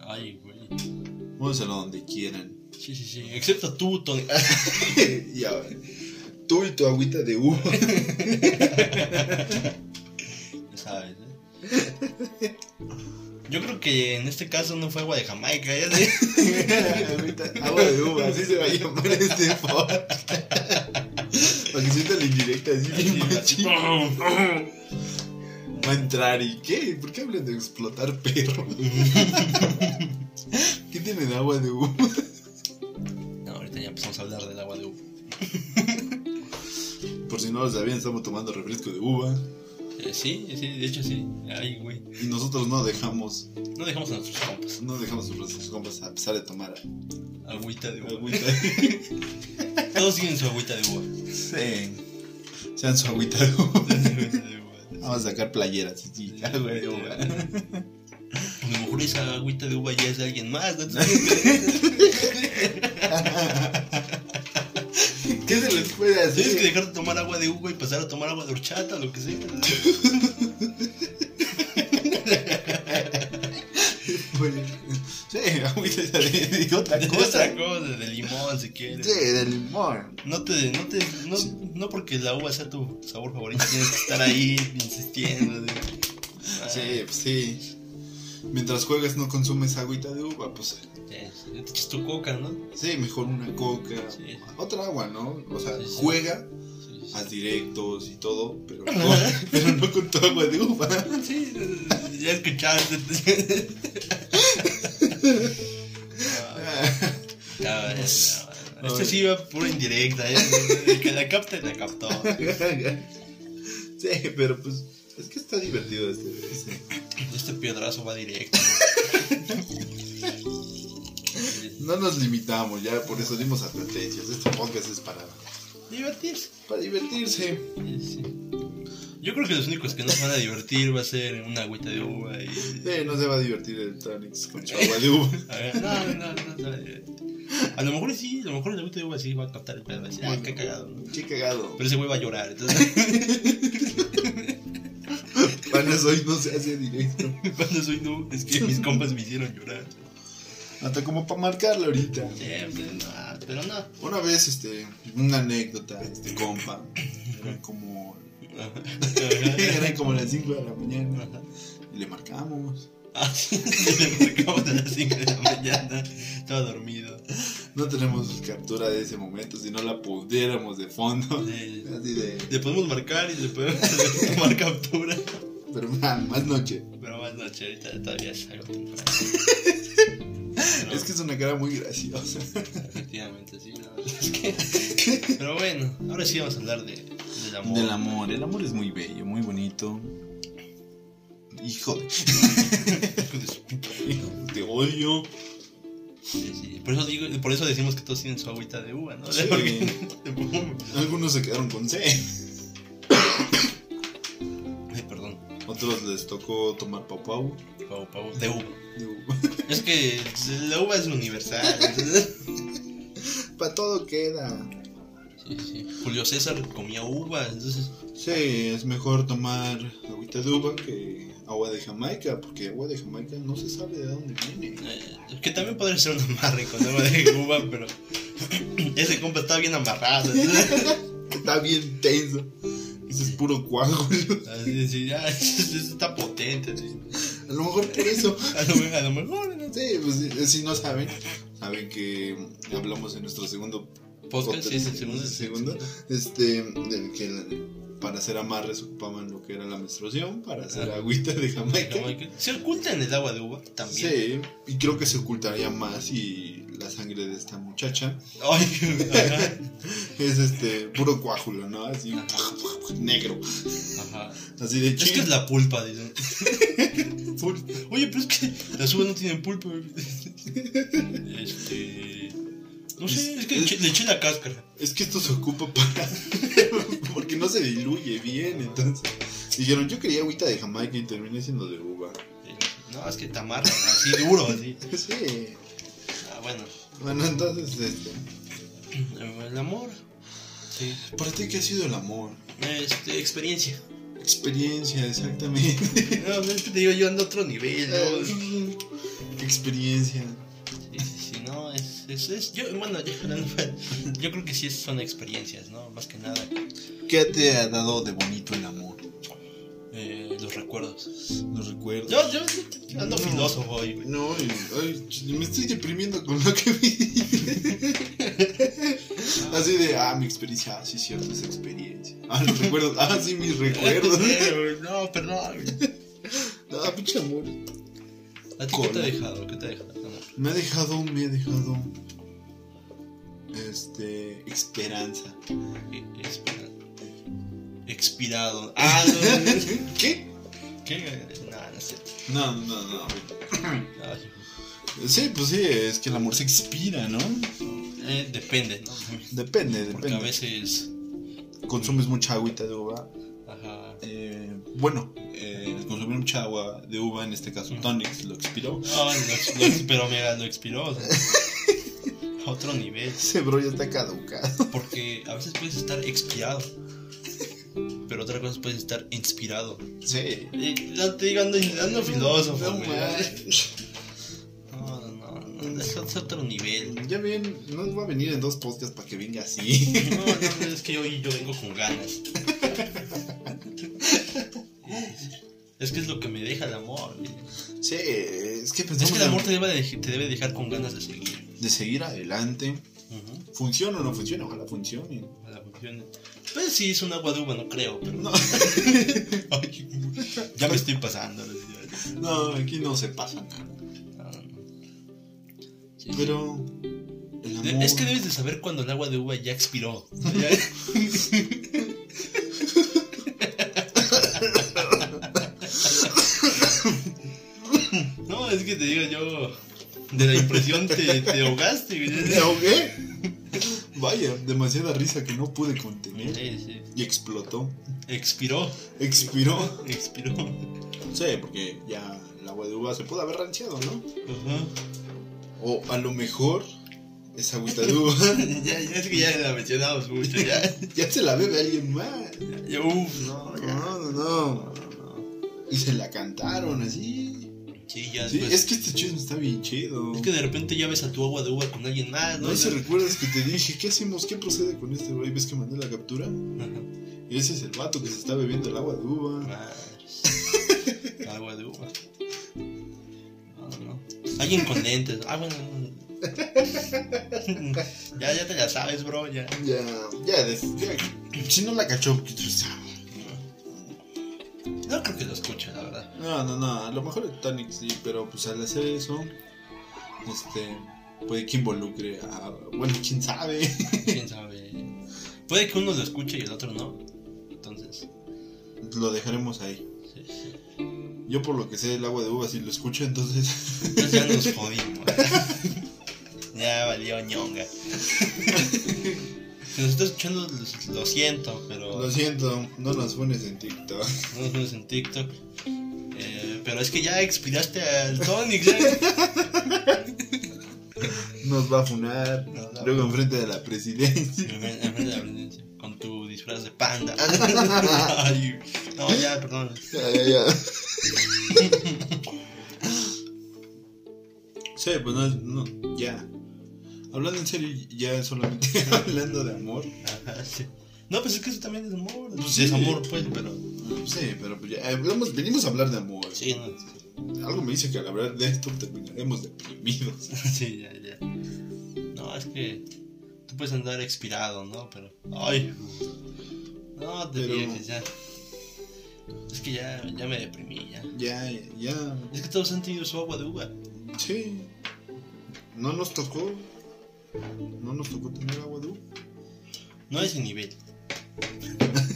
Speaker 2: Ay, güey.
Speaker 1: Módenselo donde quieran.
Speaker 2: Sí, sí, sí. Excepto tú, Tony.
Speaker 1: y a ver, tú y tu agüita de uva.
Speaker 2: Ya sabes, ¿eh? Yo creo que en este caso no fue agua de Jamaica, ¿eh? ya sé.
Speaker 1: Agüita- agua de uva, así se va a llamar este podcast. Para que sienta la indirecta así bien
Speaker 2: Así,
Speaker 1: machín.
Speaker 2: ¡pum!
Speaker 1: Va a entrar y ¿qué? ¿Por qué hablan de explotar perro? ¿Qué tienen agua de uva?
Speaker 2: No, ahorita ya empezamos a hablar del agua de uva.
Speaker 1: Por si no lo sabían, estamos tomando refresco de uva.
Speaker 2: Eh, sí, sí, de hecho sí. Ay, güey.
Speaker 1: Y nosotros no dejamos,
Speaker 2: No dejamos a nuestros compas.
Speaker 1: no dejamos a nuestros compas a pesar de tomar
Speaker 2: Agüita de uva.
Speaker 1: agüita.
Speaker 2: Todos tienen su agüita de uva.
Speaker 1: sí. Sean su agüita de uva.
Speaker 2: Agüita de uva.
Speaker 1: Vamos a sacar playeras. Sí,
Speaker 2: Sí,
Speaker 1: agua de uva.
Speaker 2: Pues A lo mejor esa agüita de uva ya es de alguien más, ¿no?
Speaker 1: ¿Qué se les puede
Speaker 2: Tienes que
Speaker 1: hacer?
Speaker 2: dejar de tomar agua de uva y pasar a tomar agua de horchata, lo que sea.
Speaker 1: Pues, Sí, agüita de de otra cosa.
Speaker 2: Otra cosa, de limón si quieres.
Speaker 1: Sí, de limón.
Speaker 2: No te, no te, no, no porque la uva sea tu sabor favorito, tienes que estar ahí insistiendo. de- Ah,
Speaker 1: Sí, pues sí. Mientras juegas no consumes agüita de uva, pues
Speaker 2: sí, Te echas tu coca, ¿no?
Speaker 1: sí, mejor una coca.
Speaker 2: Sí.
Speaker 1: Otra agua, ¿no? O sea,
Speaker 2: Sí, sí.
Speaker 1: juega,
Speaker 2: Sí, sí.
Speaker 1: haz directos y todo, pero no, pero no con tu agua de uva.
Speaker 2: Sí, ya escuchaste. Ah, ya, ya, ya. Este sí iba pura indirecta. ¿eh? El que la capte, la captó.
Speaker 1: sí, pero pues es que está divertido este. este.
Speaker 2: Este piedrazo va directo.
Speaker 1: No nos limitamos ya, por eso dimos advertencias. Este podcast es para,
Speaker 2: Divertirse.
Speaker 1: para divertirse.
Speaker 2: Sí, sí. Yo creo que los únicos que no se van a divertir va a ser una agüita de uva y.
Speaker 1: Sí, Eh, no se va a divertir el Tanix con su agua de uva.
Speaker 2: A ver, no, no, no, no, A lo mejor sí, a lo mejor el agüita de uva sí va a captar el pedo. Va a decir, ah, qué cagado. ¿no?
Speaker 1: Qué cagado.
Speaker 2: Pero ese güey va a llorar. Entonces,
Speaker 1: Panas hoy no se hace directo.
Speaker 2: cuando soy no, es que mis compas me hicieron llorar.
Speaker 1: Hasta como para marcarla ahorita.
Speaker 2: Sí, pues, no, pero no.
Speaker 1: Una vez, este, una anécdota, este compa, eran como,
Speaker 2: Ajá.
Speaker 1: eran como las 5 de la mañana, y le marcamos.
Speaker 2: Ah, sí, le marcamos a las 5 de la mañana. Estaba dormido.
Speaker 1: No tenemos captura de ese momento, si no la pudiéramos de fondo.
Speaker 2: Le,
Speaker 1: Así de,
Speaker 2: le podemos marcar y le podemos tomar captura.
Speaker 1: pero ma, más noche.
Speaker 2: Pero más noche, ahorita todavía es algo temprano. Pero-
Speaker 1: Es que es una cara muy graciosa.
Speaker 2: Efectivamente, sí, no, es que- Pero bueno, ahora sí vamos a hablar de, del amor.
Speaker 1: Del amor, el amor es muy bello, muy bonito. Hijo de,
Speaker 2: Hijo de su puta madre.
Speaker 1: te odio.
Speaker 2: Sí, sí. Por eso digo, por eso decimos que todos tienen su agüita de uva, ¿no?
Speaker 1: Sí.
Speaker 2: Porque-
Speaker 1: Algunos se quedaron con sed,
Speaker 2: Ay, perdón.
Speaker 1: otros les tocó tomar papau.
Speaker 2: Pau, pau, de uva. Es que la uva es universal. entonces-
Speaker 1: Para todo queda.
Speaker 2: Sí, sí. Julio César comía uva, entonces.
Speaker 1: Sí, es mejor tomar agüita de uva que agua de Jamaica, porque agua de Jamaica no se sabe de dónde viene.
Speaker 2: eh, que también podría ser un amarre con agua de uva, pero. Ese compa está bien amarrado. entonces-
Speaker 1: Está bien tenso. Ese es puro coágulo.
Speaker 2: Así, sí, ya, está potente. sí.
Speaker 1: A lo mejor por eso.
Speaker 2: A lo, a lo mejor, no sé.
Speaker 1: Sí, pues si- si no saben, saben que hablamos en nuestro segundo,
Speaker 2: Podcast, sí, es el segundo.
Speaker 1: ¿El segundo? este, de que la- para hacer amarres ocupaban lo que era la menstruación, para hacer
Speaker 2: Ah.
Speaker 1: agüita de Jamaica.
Speaker 2: Se oculta en el agua de uva también.
Speaker 1: Sí, y creo que se ocultaría más y la sangre de esta muchacha
Speaker 2: Ay, ajá.
Speaker 1: es este puro coágulo, ¿no? Así
Speaker 2: Ajá.
Speaker 1: negro,
Speaker 2: ajá.
Speaker 1: así de
Speaker 2: Es que es
Speaker 1: chiste.
Speaker 2: la pulpa, dicen.
Speaker 1: Pul-
Speaker 2: Oye, pero es que las uvas no tienen pulpa. Este. No sé,
Speaker 1: Es-
Speaker 2: es que le eché- le eché la cáscara.
Speaker 1: Es que esto se ocupa para. porque no se diluye bien, entonces. Dijeron, yo quería agüita de Jamaica y terminé siendo de uva.
Speaker 2: No, es que te amarran así duro, así.
Speaker 1: Sí.
Speaker 2: Ah, bueno,
Speaker 1: Bueno, entonces, este.
Speaker 2: el amor. Sí.
Speaker 1: ¿Para ti qué ha sido el amor?
Speaker 2: Este, experiencia.
Speaker 1: Experiencia, exactamente.
Speaker 2: No, es que te digo, yo ando a otro nivel. ¿no?
Speaker 1: Ah. Experiencia.
Speaker 2: Sí, sí, sí, no, es, es, es- yo, bueno, yo, yo creo que sí es- son experiencias, ¿no? Más que nada,
Speaker 1: ¿Qué te ha dado de bonito el amor?
Speaker 2: eh, los recuerdos.
Speaker 1: No recuerdo.
Speaker 2: Yo, yo, yo ando
Speaker 1: No.
Speaker 2: filósofo hoy, güey.
Speaker 1: No, ay, ay, ch- me estoy deprimiendo con lo que vi. Así de, ah, mi experiencia, ah, sí, cierto, esa experiencia. Ah, los recuerdos, ah, sí, mis recuerdos.
Speaker 2: Eh, güey, No, perdón. güey.
Speaker 1: Ah, pinche amor.
Speaker 2: ¿A ti qué te
Speaker 1: Cola.
Speaker 2: ha dejado? ¿Qué te ha dejado? el amor?
Speaker 1: Me ha dejado, me ha dejado. Este. Esperanza.
Speaker 2: Eh, expirado. Expirado. Ah, no, no, no.
Speaker 1: ¿Qué?
Speaker 2: ¿Qué? No, no sé.
Speaker 1: No, no, no.
Speaker 2: Ay,
Speaker 1: Sí, pues sí, es que el amor se expira, ¿no?
Speaker 2: eh, depende, ¿no?
Speaker 1: Depende,
Speaker 2: Porque a
Speaker 1: depende.
Speaker 2: veces.
Speaker 1: Consumes mucha agüita de uva.
Speaker 2: Ajá.
Speaker 1: Eh, bueno, eh, consumir mucha agua de uva, en este caso
Speaker 2: Ujú.
Speaker 1: Tonics, lo expiró.
Speaker 2: No, lo ex- lo ex- pero mira, lo expiró. o sea, a otro nivel.
Speaker 1: Ese bro ya está caducado.
Speaker 2: Porque a veces puedes estar expirado. Pero otra cosa puedes estar inspirado.
Speaker 1: Sí.
Speaker 2: Y no te digo, ando, ando filósofo,
Speaker 1: No,
Speaker 2: güey.
Speaker 1: manches.
Speaker 2: No, no, no, no, es otro- otro nivel.
Speaker 1: Ya ven, no va a venir en dos podcasts para que venga así.
Speaker 2: No, no, no, es que hoy yo vengo con ganas. Es que es lo que me deja el amor. güey.
Speaker 1: Sí, es que
Speaker 2: Es
Speaker 1: pensamos
Speaker 2: que el amor te debe, de- te debe dejar con ganas de seguir.
Speaker 1: de seguir adelante.
Speaker 2: Ujú,
Speaker 1: ¿Funciona o no funciona? Ojalá funcione.
Speaker 2: a la cuestión. Pues sí, es un agua de uva, no creo, pero.
Speaker 1: No,
Speaker 2: Ay, ya me estoy pasando.
Speaker 1: no, aquí no se pasa nada.
Speaker 2: No, no, no. Sí, sí.
Speaker 1: Pero. El
Speaker 2: De-
Speaker 1: amor.
Speaker 2: es que debes de saber cuando el agua de uva ya expiró. no, es que te digo yo. De la impresión te, te ahogaste. güey.
Speaker 1: ¿Me ahogué? Vaya, demasiada risa que no pude contener.
Speaker 2: Sí, sí.
Speaker 1: Y explotó.
Speaker 2: Expiró,
Speaker 1: Expiró.
Speaker 2: expiró.
Speaker 1: Sí, porque ya el agua de uva se pudo haber rancheado, ¿no?
Speaker 2: Ajá.
Speaker 1: O a lo mejor esa agüita de uva
Speaker 2: Ya, ya es que ya la mencionamos mucho. Ya,
Speaker 1: ya se la bebe alguien más.
Speaker 2: ya, uf, no, ya.
Speaker 1: No, no, no. Y se la cantaron así.
Speaker 2: Sí, ya
Speaker 1: Sí,
Speaker 2: después-
Speaker 1: es que este chisme está bien chido.
Speaker 2: Es que de repente ya ves a tu agua de uva con alguien más, ¿no?
Speaker 1: No sé si recuerdas que te dije, ¿qué hacemos? ¿Qué procede con este güey? ¿Ves que mandé la captura?
Speaker 2: Ajá.
Speaker 1: Ese es el vato que se está bebiendo el agua de uva.
Speaker 2: Madres. Agua de uva. No, no. Alguien con lentes. Ah, bueno. no. ya, ya te la sabes, bro. Ya.
Speaker 1: Ya, ya, des- ya. Si no la cachó, ¿qué tú sabes?
Speaker 2: No creo que lo escuche, la verdad.
Speaker 1: No, no, no. A lo mejor el Tonic sí, pero pues al hacer eso, este. Puede que involucre a. Bueno, quién sabe.
Speaker 2: Quién sabe. Puede que uno lo escuche y el otro no. Entonces,
Speaker 1: Lo dejaremos ahí.
Speaker 2: sí, sí.
Speaker 1: Yo, por lo que sé, el agua de uva, si lo escucho, entonces.
Speaker 2: Entonces ya nos jodimos. ya valió ñonga. Si nos está escuchando, lo- lo siento, pero.
Speaker 1: Lo siento, no nos pones en TikTok.
Speaker 2: No nos vemos en TikTok. Eh, pero es que ya expiraste al Tonic, ¿sabes?
Speaker 1: Nos va a funar.
Speaker 2: No, no.
Speaker 1: Luego enfrente de la presidencia.
Speaker 2: En frente- en frente de la presencia, Con tu disfraz de panda. Ay, no, ya, perdón.
Speaker 1: Ya, ya, ya. Sí, pues no, no, ya. Hablando en serio, ya solamente hablando de amor.
Speaker 2: Ajá, sí. No, pues es que eso también es amor.
Speaker 1: Pues
Speaker 2: Pues
Speaker 1: sí.
Speaker 2: es amor, pues, pero.
Speaker 1: Sí, pero pues ya hablamos, venimos a hablar de amor.
Speaker 2: Sí, no, sí,
Speaker 1: Algo me dice que al hablar de esto terminaremos deprimidos.
Speaker 2: sí, ya, ya. No, es que. Tú puedes andar expirado, ¿no? Pero. Ay. No, te
Speaker 1: Pero-
Speaker 2: viejes, ya. Es que ya, ya me deprimí, ya.
Speaker 1: Ya, ya.
Speaker 2: Es que todos han tenido su agua de uva.
Speaker 1: Sí. No nos tocó. No nos tocó tener agua de uva.
Speaker 2: No a ese nivel.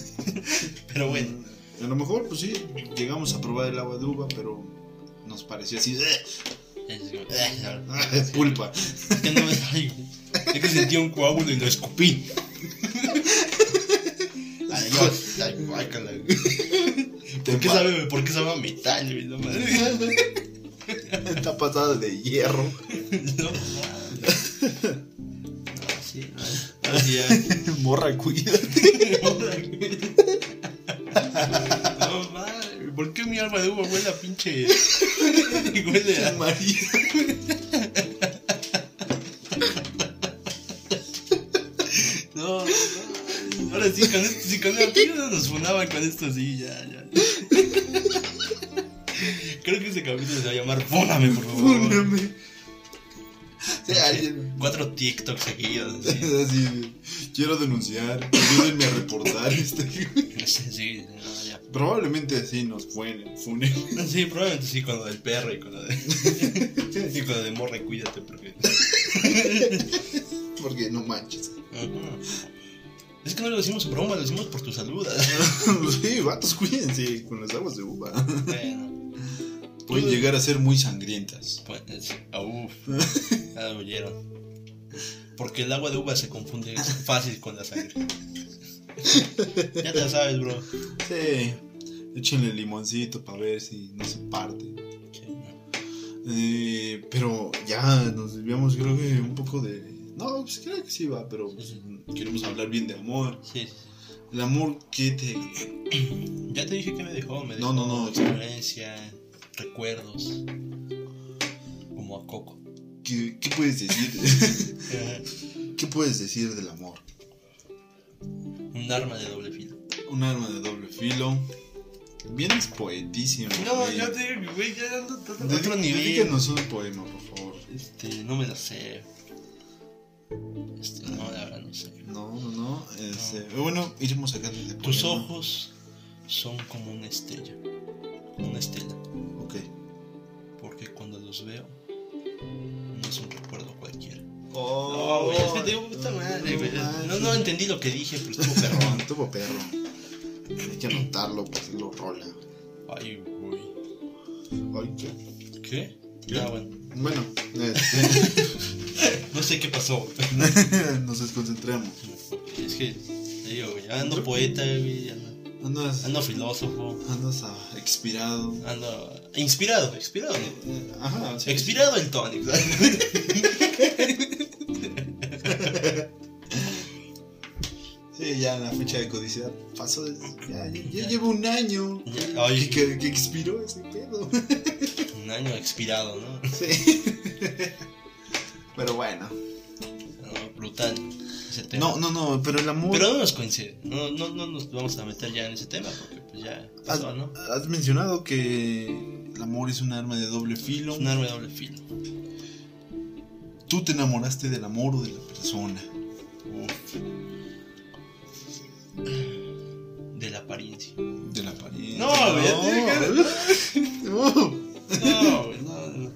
Speaker 2: Pero bueno.
Speaker 1: A lo mejor, pues sí, llegamos a probar el agua de uva, pero nos pareció así. "Ugh".
Speaker 2: Es
Speaker 1: Ah,
Speaker 2: es
Speaker 1: Pulpa.
Speaker 2: que no me sale. Es que sentí un coágulo y lo escupí. Adiós. Ay, guácala, güey. ¿Por qué sabe, por qué sabe a metal, güey? No mames.
Speaker 1: Está pasada de hierro.
Speaker 2: No mames. No, sí, no. Ahora sí ya.
Speaker 1: Morra, cuídate.
Speaker 2: No mames. ¿Por qué mi alma de uva huele a pinche. huele a.
Speaker 1: María.
Speaker 2: No, no. Ahora sí, con esto, sí, con esto, ya nos funaban con esto, sí, ya, ya. Creo que ese capítulo se va a llamar Fóname, por favor.
Speaker 1: Fúname. Sí, alguien.
Speaker 2: Cuatro TikToks seguidos, así.
Speaker 1: Así de, quiero denunciar, ayúdenme a reportar este.
Speaker 2: No sé, sí, no, ya.
Speaker 1: Probablemente así nos funen. funen.
Speaker 2: Sí, probablemente sí, con lo del perro y con lo de. y con lo de morre, cuídate, porque.
Speaker 1: Porque no manches.
Speaker 2: Ajá. Es que no lo decimos en broma, lo decimos por tu salud.
Speaker 1: sí, vatos, cuídense con las aguas de uva.
Speaker 2: bueno,
Speaker 1: Pueden llegar a ser muy sangrientas.
Speaker 2: pues. ah, Uf, ya lo oyeron. Porque el agua de uva se confunde fácil con la sangre. ya te la sabes, bro.
Speaker 1: Sí. Échenle limoncito para ver si no se parte. Eh, pero ya nos desviamos, creo que un poco de. No, pues creo que sí va, pero pues, queremos hablar bien de amor.
Speaker 2: Sí, sí.
Speaker 1: El amor que te.
Speaker 2: Ya te dije que me dejó, me dejó
Speaker 1: No, no, no.
Speaker 2: experiencia, recuerdos, como a Coco.
Speaker 1: ¿Qué, qué puedes decir? ¿Qué puedes decir del amor?
Speaker 2: Un arma de doble filo.
Speaker 1: Un arma de doble filo. Vienes poetísimo.
Speaker 2: No,
Speaker 1: güey.
Speaker 2: yo te digo, güey, ya ando
Speaker 1: Dedí-
Speaker 2: a otro nivel.
Speaker 1: Dedícanos un poema, por favor.
Speaker 2: Este, no me lo sé. Este, no, la verdad no sé.
Speaker 1: No, no, no. este, Bueno, iremos acá desde
Speaker 2: Tus ojos son como una estrella. Como una estela.
Speaker 1: Ok.
Speaker 2: Porque cuando los veo, no es un recuerdo cualquiera. No,
Speaker 1: Oh,
Speaker 2: güey, es que te digo puta madre, güey. No, no entendí lo que dije, pero estuvo
Speaker 1: perro,
Speaker 2: perrón.
Speaker 1: tuvo perro. Hay que anotarlo para hacerlo rola.
Speaker 2: Ay, güey.
Speaker 1: Ay, qué.
Speaker 2: ¿Qué?
Speaker 1: ¿Qué?
Speaker 2: Ya, bueno.
Speaker 1: Bueno, este,
Speaker 2: No sé qué pasó.
Speaker 1: nos desconcentramos.
Speaker 2: Es que, te digo, güey, ando poeta, güey, ando,
Speaker 1: Andas,
Speaker 2: ando filósofo,
Speaker 1: andas ah, expirado.
Speaker 2: ando inspirado, inspirado, ¿no?
Speaker 1: Eh, Ajá, sí.
Speaker 2: Expirado el tonic. ¿sabes?
Speaker 1: Sí, ya la fecha de codicidad pasó. des- Ya, ya, ya llevo un año
Speaker 2: Ya,
Speaker 1: que,
Speaker 2: Ay,
Speaker 1: que- que expiró ese pedo.
Speaker 2: un año expirado, ¿no?
Speaker 1: Sí. Pero bueno.
Speaker 2: No, brutal ese tema.
Speaker 1: No, no, no, pero el amor.
Speaker 2: Pero no nos coincide, no, no, no nos vamos a meter ya en ese tema porque pues ya
Speaker 1: has,
Speaker 2: pasó, ¿no?
Speaker 1: has mencionado que el amor es un arma de doble filo.
Speaker 2: Es un arma de doble filo.
Speaker 1: Tú te enamoraste del amor o de la persona.
Speaker 2: Uf. De la apariencia.
Speaker 1: De la apariencia.
Speaker 2: No, güey,
Speaker 1: No.
Speaker 2: No, güey, no, no.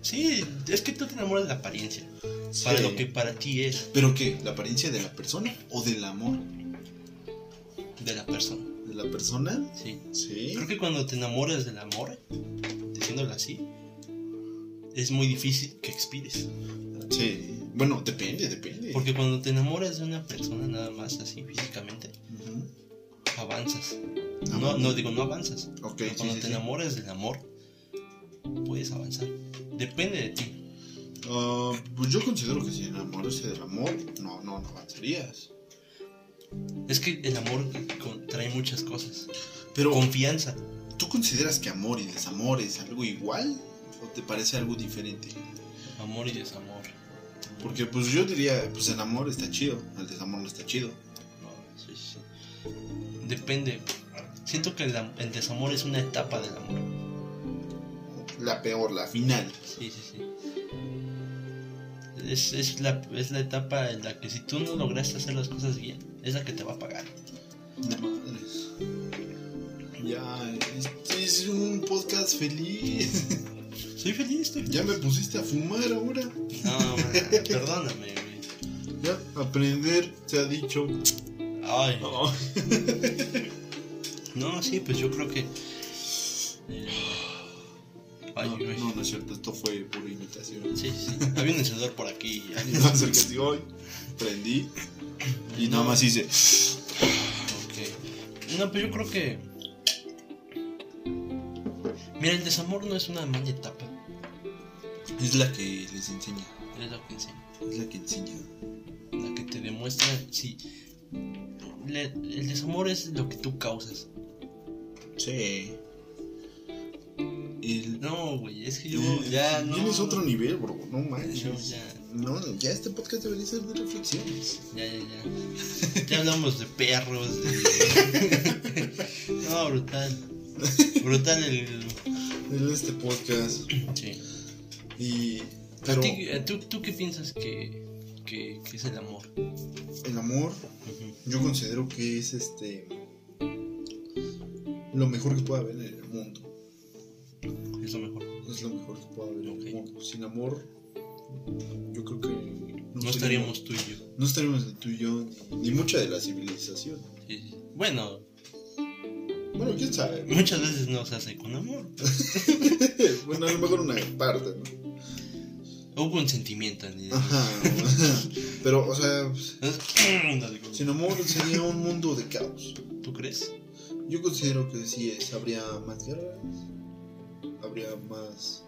Speaker 2: Sí, es que tú te enamoras de la apariencia.
Speaker 1: Sí.
Speaker 2: Para lo que para ti es
Speaker 1: ¿Pero qué? ¿La apariencia de la persona o del amor?
Speaker 2: de la persona.
Speaker 1: ¿De la persona?
Speaker 2: Sí.
Speaker 1: Sí.
Speaker 2: Creo que cuando te enamoras del amor, diciéndolo así, es muy difícil que expires.
Speaker 1: Sí. Bueno, depende, depende.
Speaker 2: Porque cuando te enamoras de una persona nada más así físicamente,
Speaker 1: Ujú.
Speaker 2: avanzas. No, no digo, no avanzas.
Speaker 1: Ah, Ok,
Speaker 2: Pero
Speaker 1: sí,
Speaker 2: cuando
Speaker 1: sí,
Speaker 2: te
Speaker 1: sí.
Speaker 2: enamoras del amor, puedes avanzar. Depende de ti.
Speaker 1: Ah, pues yo considero que si enamorarse del amor, no, no, no avanzarías.
Speaker 2: Es que el amor con- trae muchas cosas.
Speaker 1: Pero,
Speaker 2: Confianza.
Speaker 1: ¿tú consideras que amor y desamor es algo igual? ¿O te parece algo diferente?
Speaker 2: Amor y desamor.
Speaker 1: Porque pues yo diría, pues el amor está chido, el desamor no está chido.
Speaker 2: No, sí, sí. Depende. Siento que el, am- el desamor es una etapa del amor.
Speaker 1: La peor, la final.
Speaker 2: Sí, sí, sí. Es, es la, es la etapa en la que si tú no lograste hacer las cosas bien, es la que te va a pagar.
Speaker 1: No madres. Ya, este es un podcast feliz.
Speaker 2: Soy feliz, estoy
Speaker 1: Ya me pusiste a fumar ahora.
Speaker 2: No, man, perdóname, güey.
Speaker 1: Ya, aprender se ha dicho.
Speaker 2: Ay,
Speaker 1: Oh.
Speaker 2: no, sí, pues yo creo que. eh, Ay,
Speaker 1: No.
Speaker 2: eh, güey. güey.
Speaker 1: No, no es cierto, esto fue pura imitación.
Speaker 2: Sí, sí. Había un encendedor por aquí.
Speaker 1: Entonces, que sí, hoy prendí y nada más hice.
Speaker 2: Ok. No, pero yo creo que. Mira, el desamor no es una mala etapa.
Speaker 1: Es la que les enseña,
Speaker 2: Es lo que enseña.
Speaker 1: es la que enseña.
Speaker 2: La que te demuestra si. le- el desamor es lo que tú causas.
Speaker 1: Sí. El... eh,
Speaker 2: No, güey, es que yo ya no.
Speaker 1: Tienes otro nivel, bro, no
Speaker 2: Yo
Speaker 1: manches.
Speaker 2: ya,
Speaker 1: No, ya este podcast debería ser de reflexiones.
Speaker 2: ya, ya, ya. Ya hablamos de perros. de- no, brutal. Brutal el.
Speaker 1: El este podcast.
Speaker 2: Sí.
Speaker 1: Y.
Speaker 2: ¿A
Speaker 1: Pero
Speaker 2: ti- a ¿tú, ¿Tú qué piensas que, que, que es el amor?
Speaker 1: el amor, yo considero que es este. Lo mejor que puede haber en el mundo.
Speaker 2: Es lo mejor.
Speaker 1: Es lo mejor que puede haber en
Speaker 2: Ok.
Speaker 1: el mundo. Sin amor, yo creo que.
Speaker 2: No estaríamos tú y yo.
Speaker 1: No estaríamos el tú y yo, ni, ni mucha de la civilización.
Speaker 2: Sí, sí. Bueno,
Speaker 1: Bueno, quién sabe.
Speaker 2: muchas veces no se hace con amor.
Speaker 1: bueno, a lo mejor una parte, ¿no?
Speaker 2: Hubo un sentimiento en el-
Speaker 1: Ajá. Pero, o sea,
Speaker 2: Dale, güey.
Speaker 1: sin amor sería un mundo de caos.
Speaker 2: ¿Tú crees?
Speaker 1: Yo considero que sí es. Habría más guerras. Habría más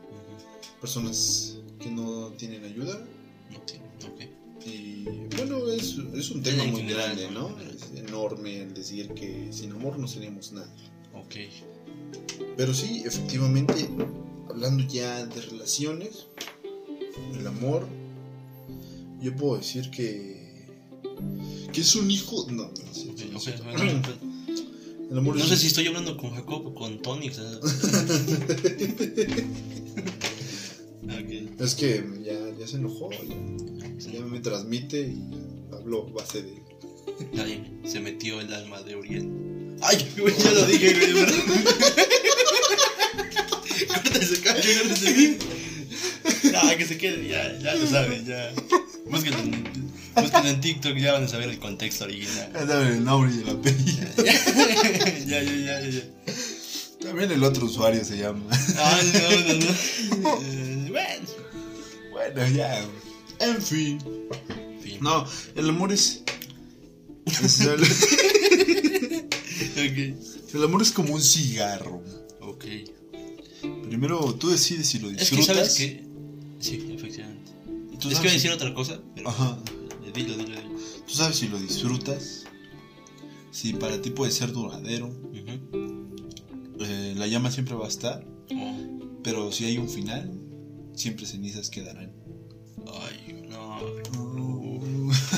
Speaker 1: personas que no tienen ayuda.
Speaker 2: No tiene. Ok.
Speaker 1: Y bueno, es, es un tema
Speaker 2: En
Speaker 1: muy
Speaker 2: general,
Speaker 1: grande,
Speaker 2: ¿no?
Speaker 1: ¿no? Es enorme el decir que sin amor no seríamos nada.
Speaker 2: Ok.
Speaker 1: Pero sí, efectivamente, hablando ya de relaciones, el amor, yo puedo decir que. que es un hijo. No, no, no, sí,
Speaker 2: ok,
Speaker 1: sí,
Speaker 2: ok,
Speaker 1: sí.
Speaker 2: bueno, pues,
Speaker 1: El amor
Speaker 2: no
Speaker 1: es-
Speaker 2: sé si estoy hablando con Jacob o con Tony. o sea. Ok.
Speaker 1: Es que ya, ya se enojó, ya, ya me transmite y habló base de.
Speaker 2: Ay, se metió el alma de Uriel. Ay, güey, ya lo dije, güey, ¿verdad? Corta ese cacho, corta ese cacho. No, que se quede, ya, ya lo saben, ya. Búsquenlo en, búsquenlo en TikTok, ya van a saber el contexto original.
Speaker 1: Dame Ah, el nombre y el apellido.
Speaker 2: Ya, ya, ya, ya. ya.
Speaker 1: También el otro usuario se llama.
Speaker 2: Ah, no, no, no. Eh, bueno.
Speaker 1: Bueno, ya. En fin.
Speaker 2: Fin.
Speaker 1: No, el amor es. es el,
Speaker 2: Ok.
Speaker 1: el amor es como un cigarro.
Speaker 2: Ok.
Speaker 1: Primero tú decides si lo
Speaker 2: Es que
Speaker 1: disfrutas.
Speaker 2: sabes que. Sí, efectivamente.
Speaker 1: tú
Speaker 2: es
Speaker 1: sabes
Speaker 2: que iba a
Speaker 1: si-
Speaker 2: decir otra cosa, pero.
Speaker 1: Ajá.
Speaker 2: Dilo, dilo, dilo.
Speaker 1: Tú sabes si lo disfrutas. Si para ti puede ser duradero.
Speaker 2: Ujú.
Speaker 1: eh, la llama siempre va a estar.
Speaker 2: Oh.
Speaker 1: Pero si hay un final, siempre cenizas quedarán.
Speaker 2: Ay, no. no.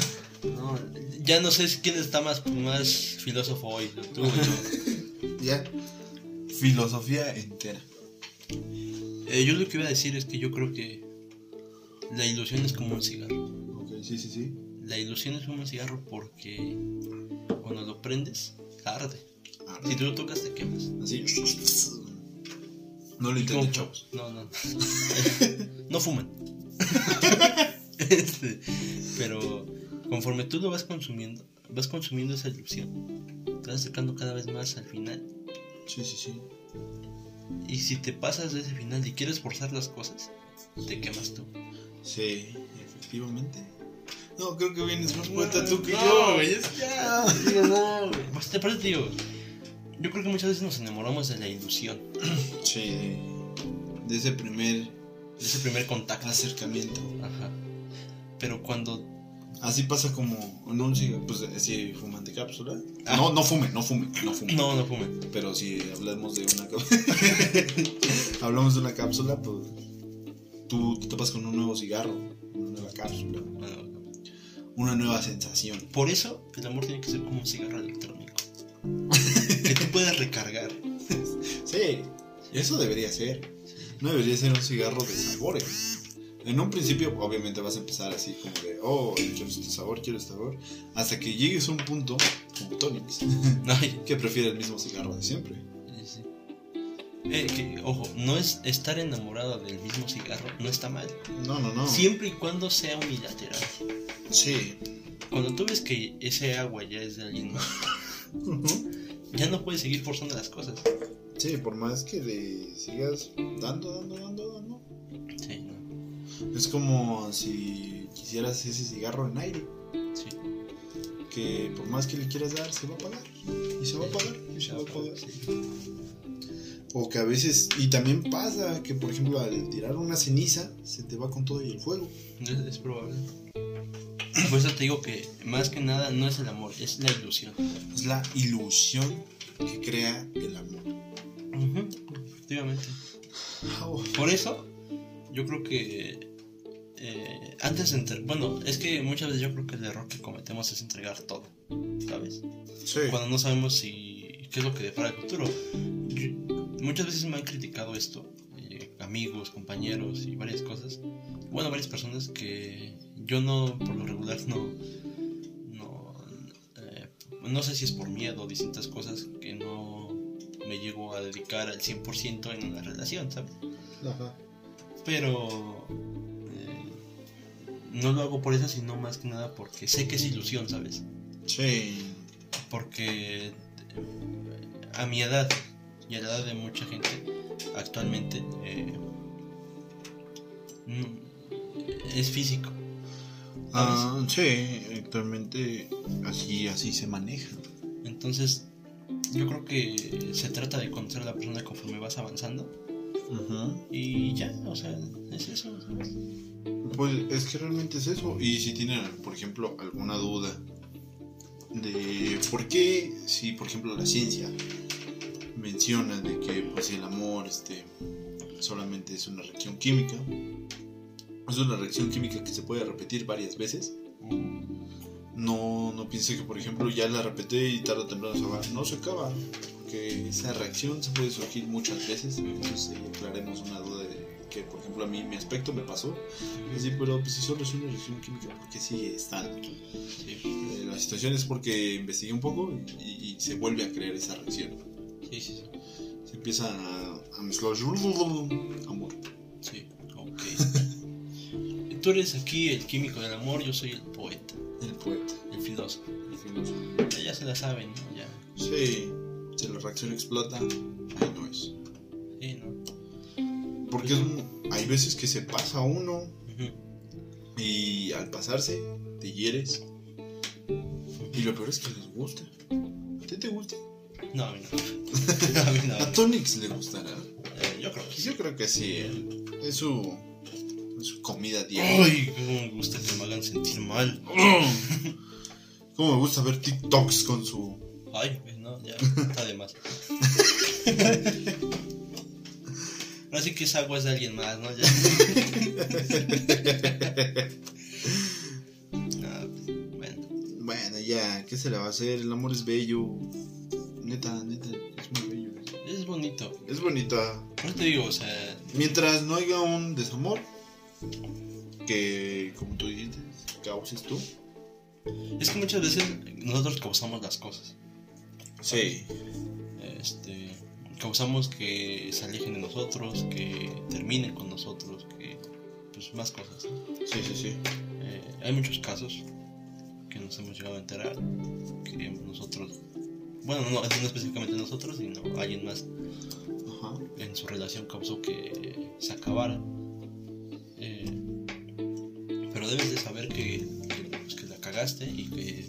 Speaker 2: Ya no sé si quién está más, más filósofo hoy, tú o yo.
Speaker 1: Ya. Filosofía entera.
Speaker 2: Eh, yo lo que iba a decir es que yo creo que la ilusión es como un cigarro.
Speaker 1: Ok, sí, sí, sí.
Speaker 2: La ilusión es como un cigarro porque cuando lo prendes, arde. Si tú lo tocas, te quemas.
Speaker 1: Así. No lo
Speaker 2: ¿Cómo?
Speaker 1: intenten, chavos.
Speaker 2: No, no. no. no fumen. Este, pero conforme tú lo vas consumiendo, vas consumiendo esa ilusión. Te vas acercando cada vez más al final.
Speaker 1: Sí, sí, sí.
Speaker 2: Y si te pasas de ese final y quieres forzar las cosas, te quemas tú.
Speaker 1: Sí, efectivamente. No, creo que vienes más puerta tú que
Speaker 2: No,
Speaker 1: yo,
Speaker 2: güey,
Speaker 1: güey.
Speaker 2: es Digo, no, güey. Pues te parece, digo. Yo creo que muchas veces nos enamoramos de la ilusión,
Speaker 1: Sí. De ese primer
Speaker 2: de ese primer contacto.
Speaker 1: acercamiento.
Speaker 2: Ajá. Pero cuando.
Speaker 1: Así pasa como en un cigarro, pues si fuman de cápsula.
Speaker 2: Ah.
Speaker 1: No, no fumen, no fumen, no fumen.
Speaker 2: No, no fumen.
Speaker 1: Pero si hablamos de una cápsula, hablamos de una cápsula, pues tú te topas con un nuevo cigarro, una nueva cápsula,
Speaker 2: Bueno,
Speaker 1: una nueva sensación.
Speaker 2: por eso el amor tiene que ser como un cigarro electrónico. que tú puedes recargar.
Speaker 1: Sí, eso debería ser. No debería ser un cigarro de sabores. En un principio, obviamente, vas a empezar así como de, oh, quiero este sabor, quiero este sabor. Hasta que llegues a un punto, como Tonix,
Speaker 2: Ay,
Speaker 1: que prefiere el mismo cigarro de siempre.
Speaker 2: sí, sí. Eh, que, ojo, no es estar enamorado del mismo cigarro, no está mal.
Speaker 1: No, no, no.
Speaker 2: Siempre y cuando sea unilateral.
Speaker 1: Sí.
Speaker 2: Cuando tú ves que ese agua ya es de alguien más,
Speaker 1: Ujú.
Speaker 2: ya no puedes seguir forzando las cosas.
Speaker 1: Sí, por más que le sigas dando, dando, dando, dando. Es como si quisieras ese cigarro en aire,
Speaker 2: Sí.
Speaker 1: que por más que le quieras dar, se va a apagar. Y se va a apagar, y se va a apagar.
Speaker 2: Sí.
Speaker 1: O que a veces, y también pasa que, por ejemplo, al tirar una ceniza, se te va con todo y el fuego.
Speaker 2: Es, es probable. Por eso te digo que más que nada no es el amor, es la ilusión.
Speaker 1: Es la ilusión que crea el amor.
Speaker 2: Efectivamente. Por eso, yo creo que eh, antes de entregar, bueno, es que muchas veces yo creo que el error que cometemos es entregar todo, ¿sabes?
Speaker 1: Sí.
Speaker 2: Cuando no sabemos si qué es lo que depara el futuro. Yo- muchas veces me han criticado esto, eh, amigos, compañeros y varias cosas. Bueno, varias personas que yo no, por lo regular, no, no, eh, no sé si es por miedo, distintas cosas que no me llego a dedicar al 100% en una relación, ¿sabes?
Speaker 1: Ajá.
Speaker 2: pero eh, no lo hago por eso, sino más que nada porque sé que es ilusión, ¿sabes?
Speaker 1: Sí.
Speaker 2: Porque eh, a mi edad y a la edad de mucha gente actualmente eh, mm, es físico. ¿sabes?
Speaker 1: Ah, sí, actualmente así, así se maneja.
Speaker 2: Entonces, yo creo que se trata de conocer a la persona conforme vas avanzando y ya, o sea, es eso. ¿sabes?
Speaker 1: Pues es que realmente es eso. Y si tienen, por ejemplo, alguna duda de por qué, si por ejemplo la ciencia menciona de que pues el amor este, solamente es una reacción química, es una reacción química que se puede repetir varias veces. No, no piense que por ejemplo ya la repetí y tarde o temprano se va. No se acaba, porque esa reacción se puede surgir muchas veces. Entonces ahí aclaremos una duda de que por ejemplo a mí mi aspecto me pasó. Sí, pero pues si solo es una reacción química, ¿por qué sigue estando?
Speaker 2: Sí,
Speaker 1: Eh, la situación es porque investigué un poco y, y se vuelve a crear esa reacción.
Speaker 2: sí, sí. sí.
Speaker 1: Se empieza a, a mezclar amor.
Speaker 2: Sí, ok. Tú eres aquí el químico del amor, yo soy el poeta,
Speaker 1: El poeta,
Speaker 2: el filósofo.
Speaker 1: el filósofo.
Speaker 2: Ya se la saben, ¿no? Ya.
Speaker 1: Sí, si la reacción explota, ahí no es.
Speaker 2: Sí, ¿no?
Speaker 1: Porque es un- hay veces que se pasa uno
Speaker 2: Ujú.
Speaker 1: y al pasarse te hieres. Y lo peor es que les gusta. ¿A ti te gusta?
Speaker 2: No, a mí no. a mí no.
Speaker 1: A Tonix le gustará.
Speaker 2: Eh, yo creo que sí.
Speaker 1: Yo creo que sí, él. es su, es su comida diaria.
Speaker 2: Ay, cómo me gusta que me hagan sentir mal.
Speaker 1: Como me gusta ver TikToks con su.
Speaker 2: Ay, pues no, ya está de más. Así que esa agua es de alguien más, ¿no? Ya. No, pues, bueno.
Speaker 1: Bueno, ya, ¿qué se le va a hacer? El amor es bello. Neta, neta, es muy bello.
Speaker 2: Es bonito.
Speaker 1: Es bonita.
Speaker 2: Por eso te digo, o sea,
Speaker 1: Mientras no haya un desamor, que como tú dijiste, causes tú.
Speaker 2: Es que muchas veces nosotros causamos las cosas.
Speaker 1: Sí.
Speaker 2: Este, causamos que se alejen de nosotros, que terminen con nosotros, que pues más cosas. ¿no?
Speaker 1: Sí, sí, sí.
Speaker 2: Eh, hay muchos casos que nos hemos llegado a enterar que nosotros, bueno, no, no específicamente nosotros, sino alguien más
Speaker 1: Ajá.
Speaker 2: en su relación causó que se acabara. Eh, pero debes de saber que, que, pues, que la cagaste y que,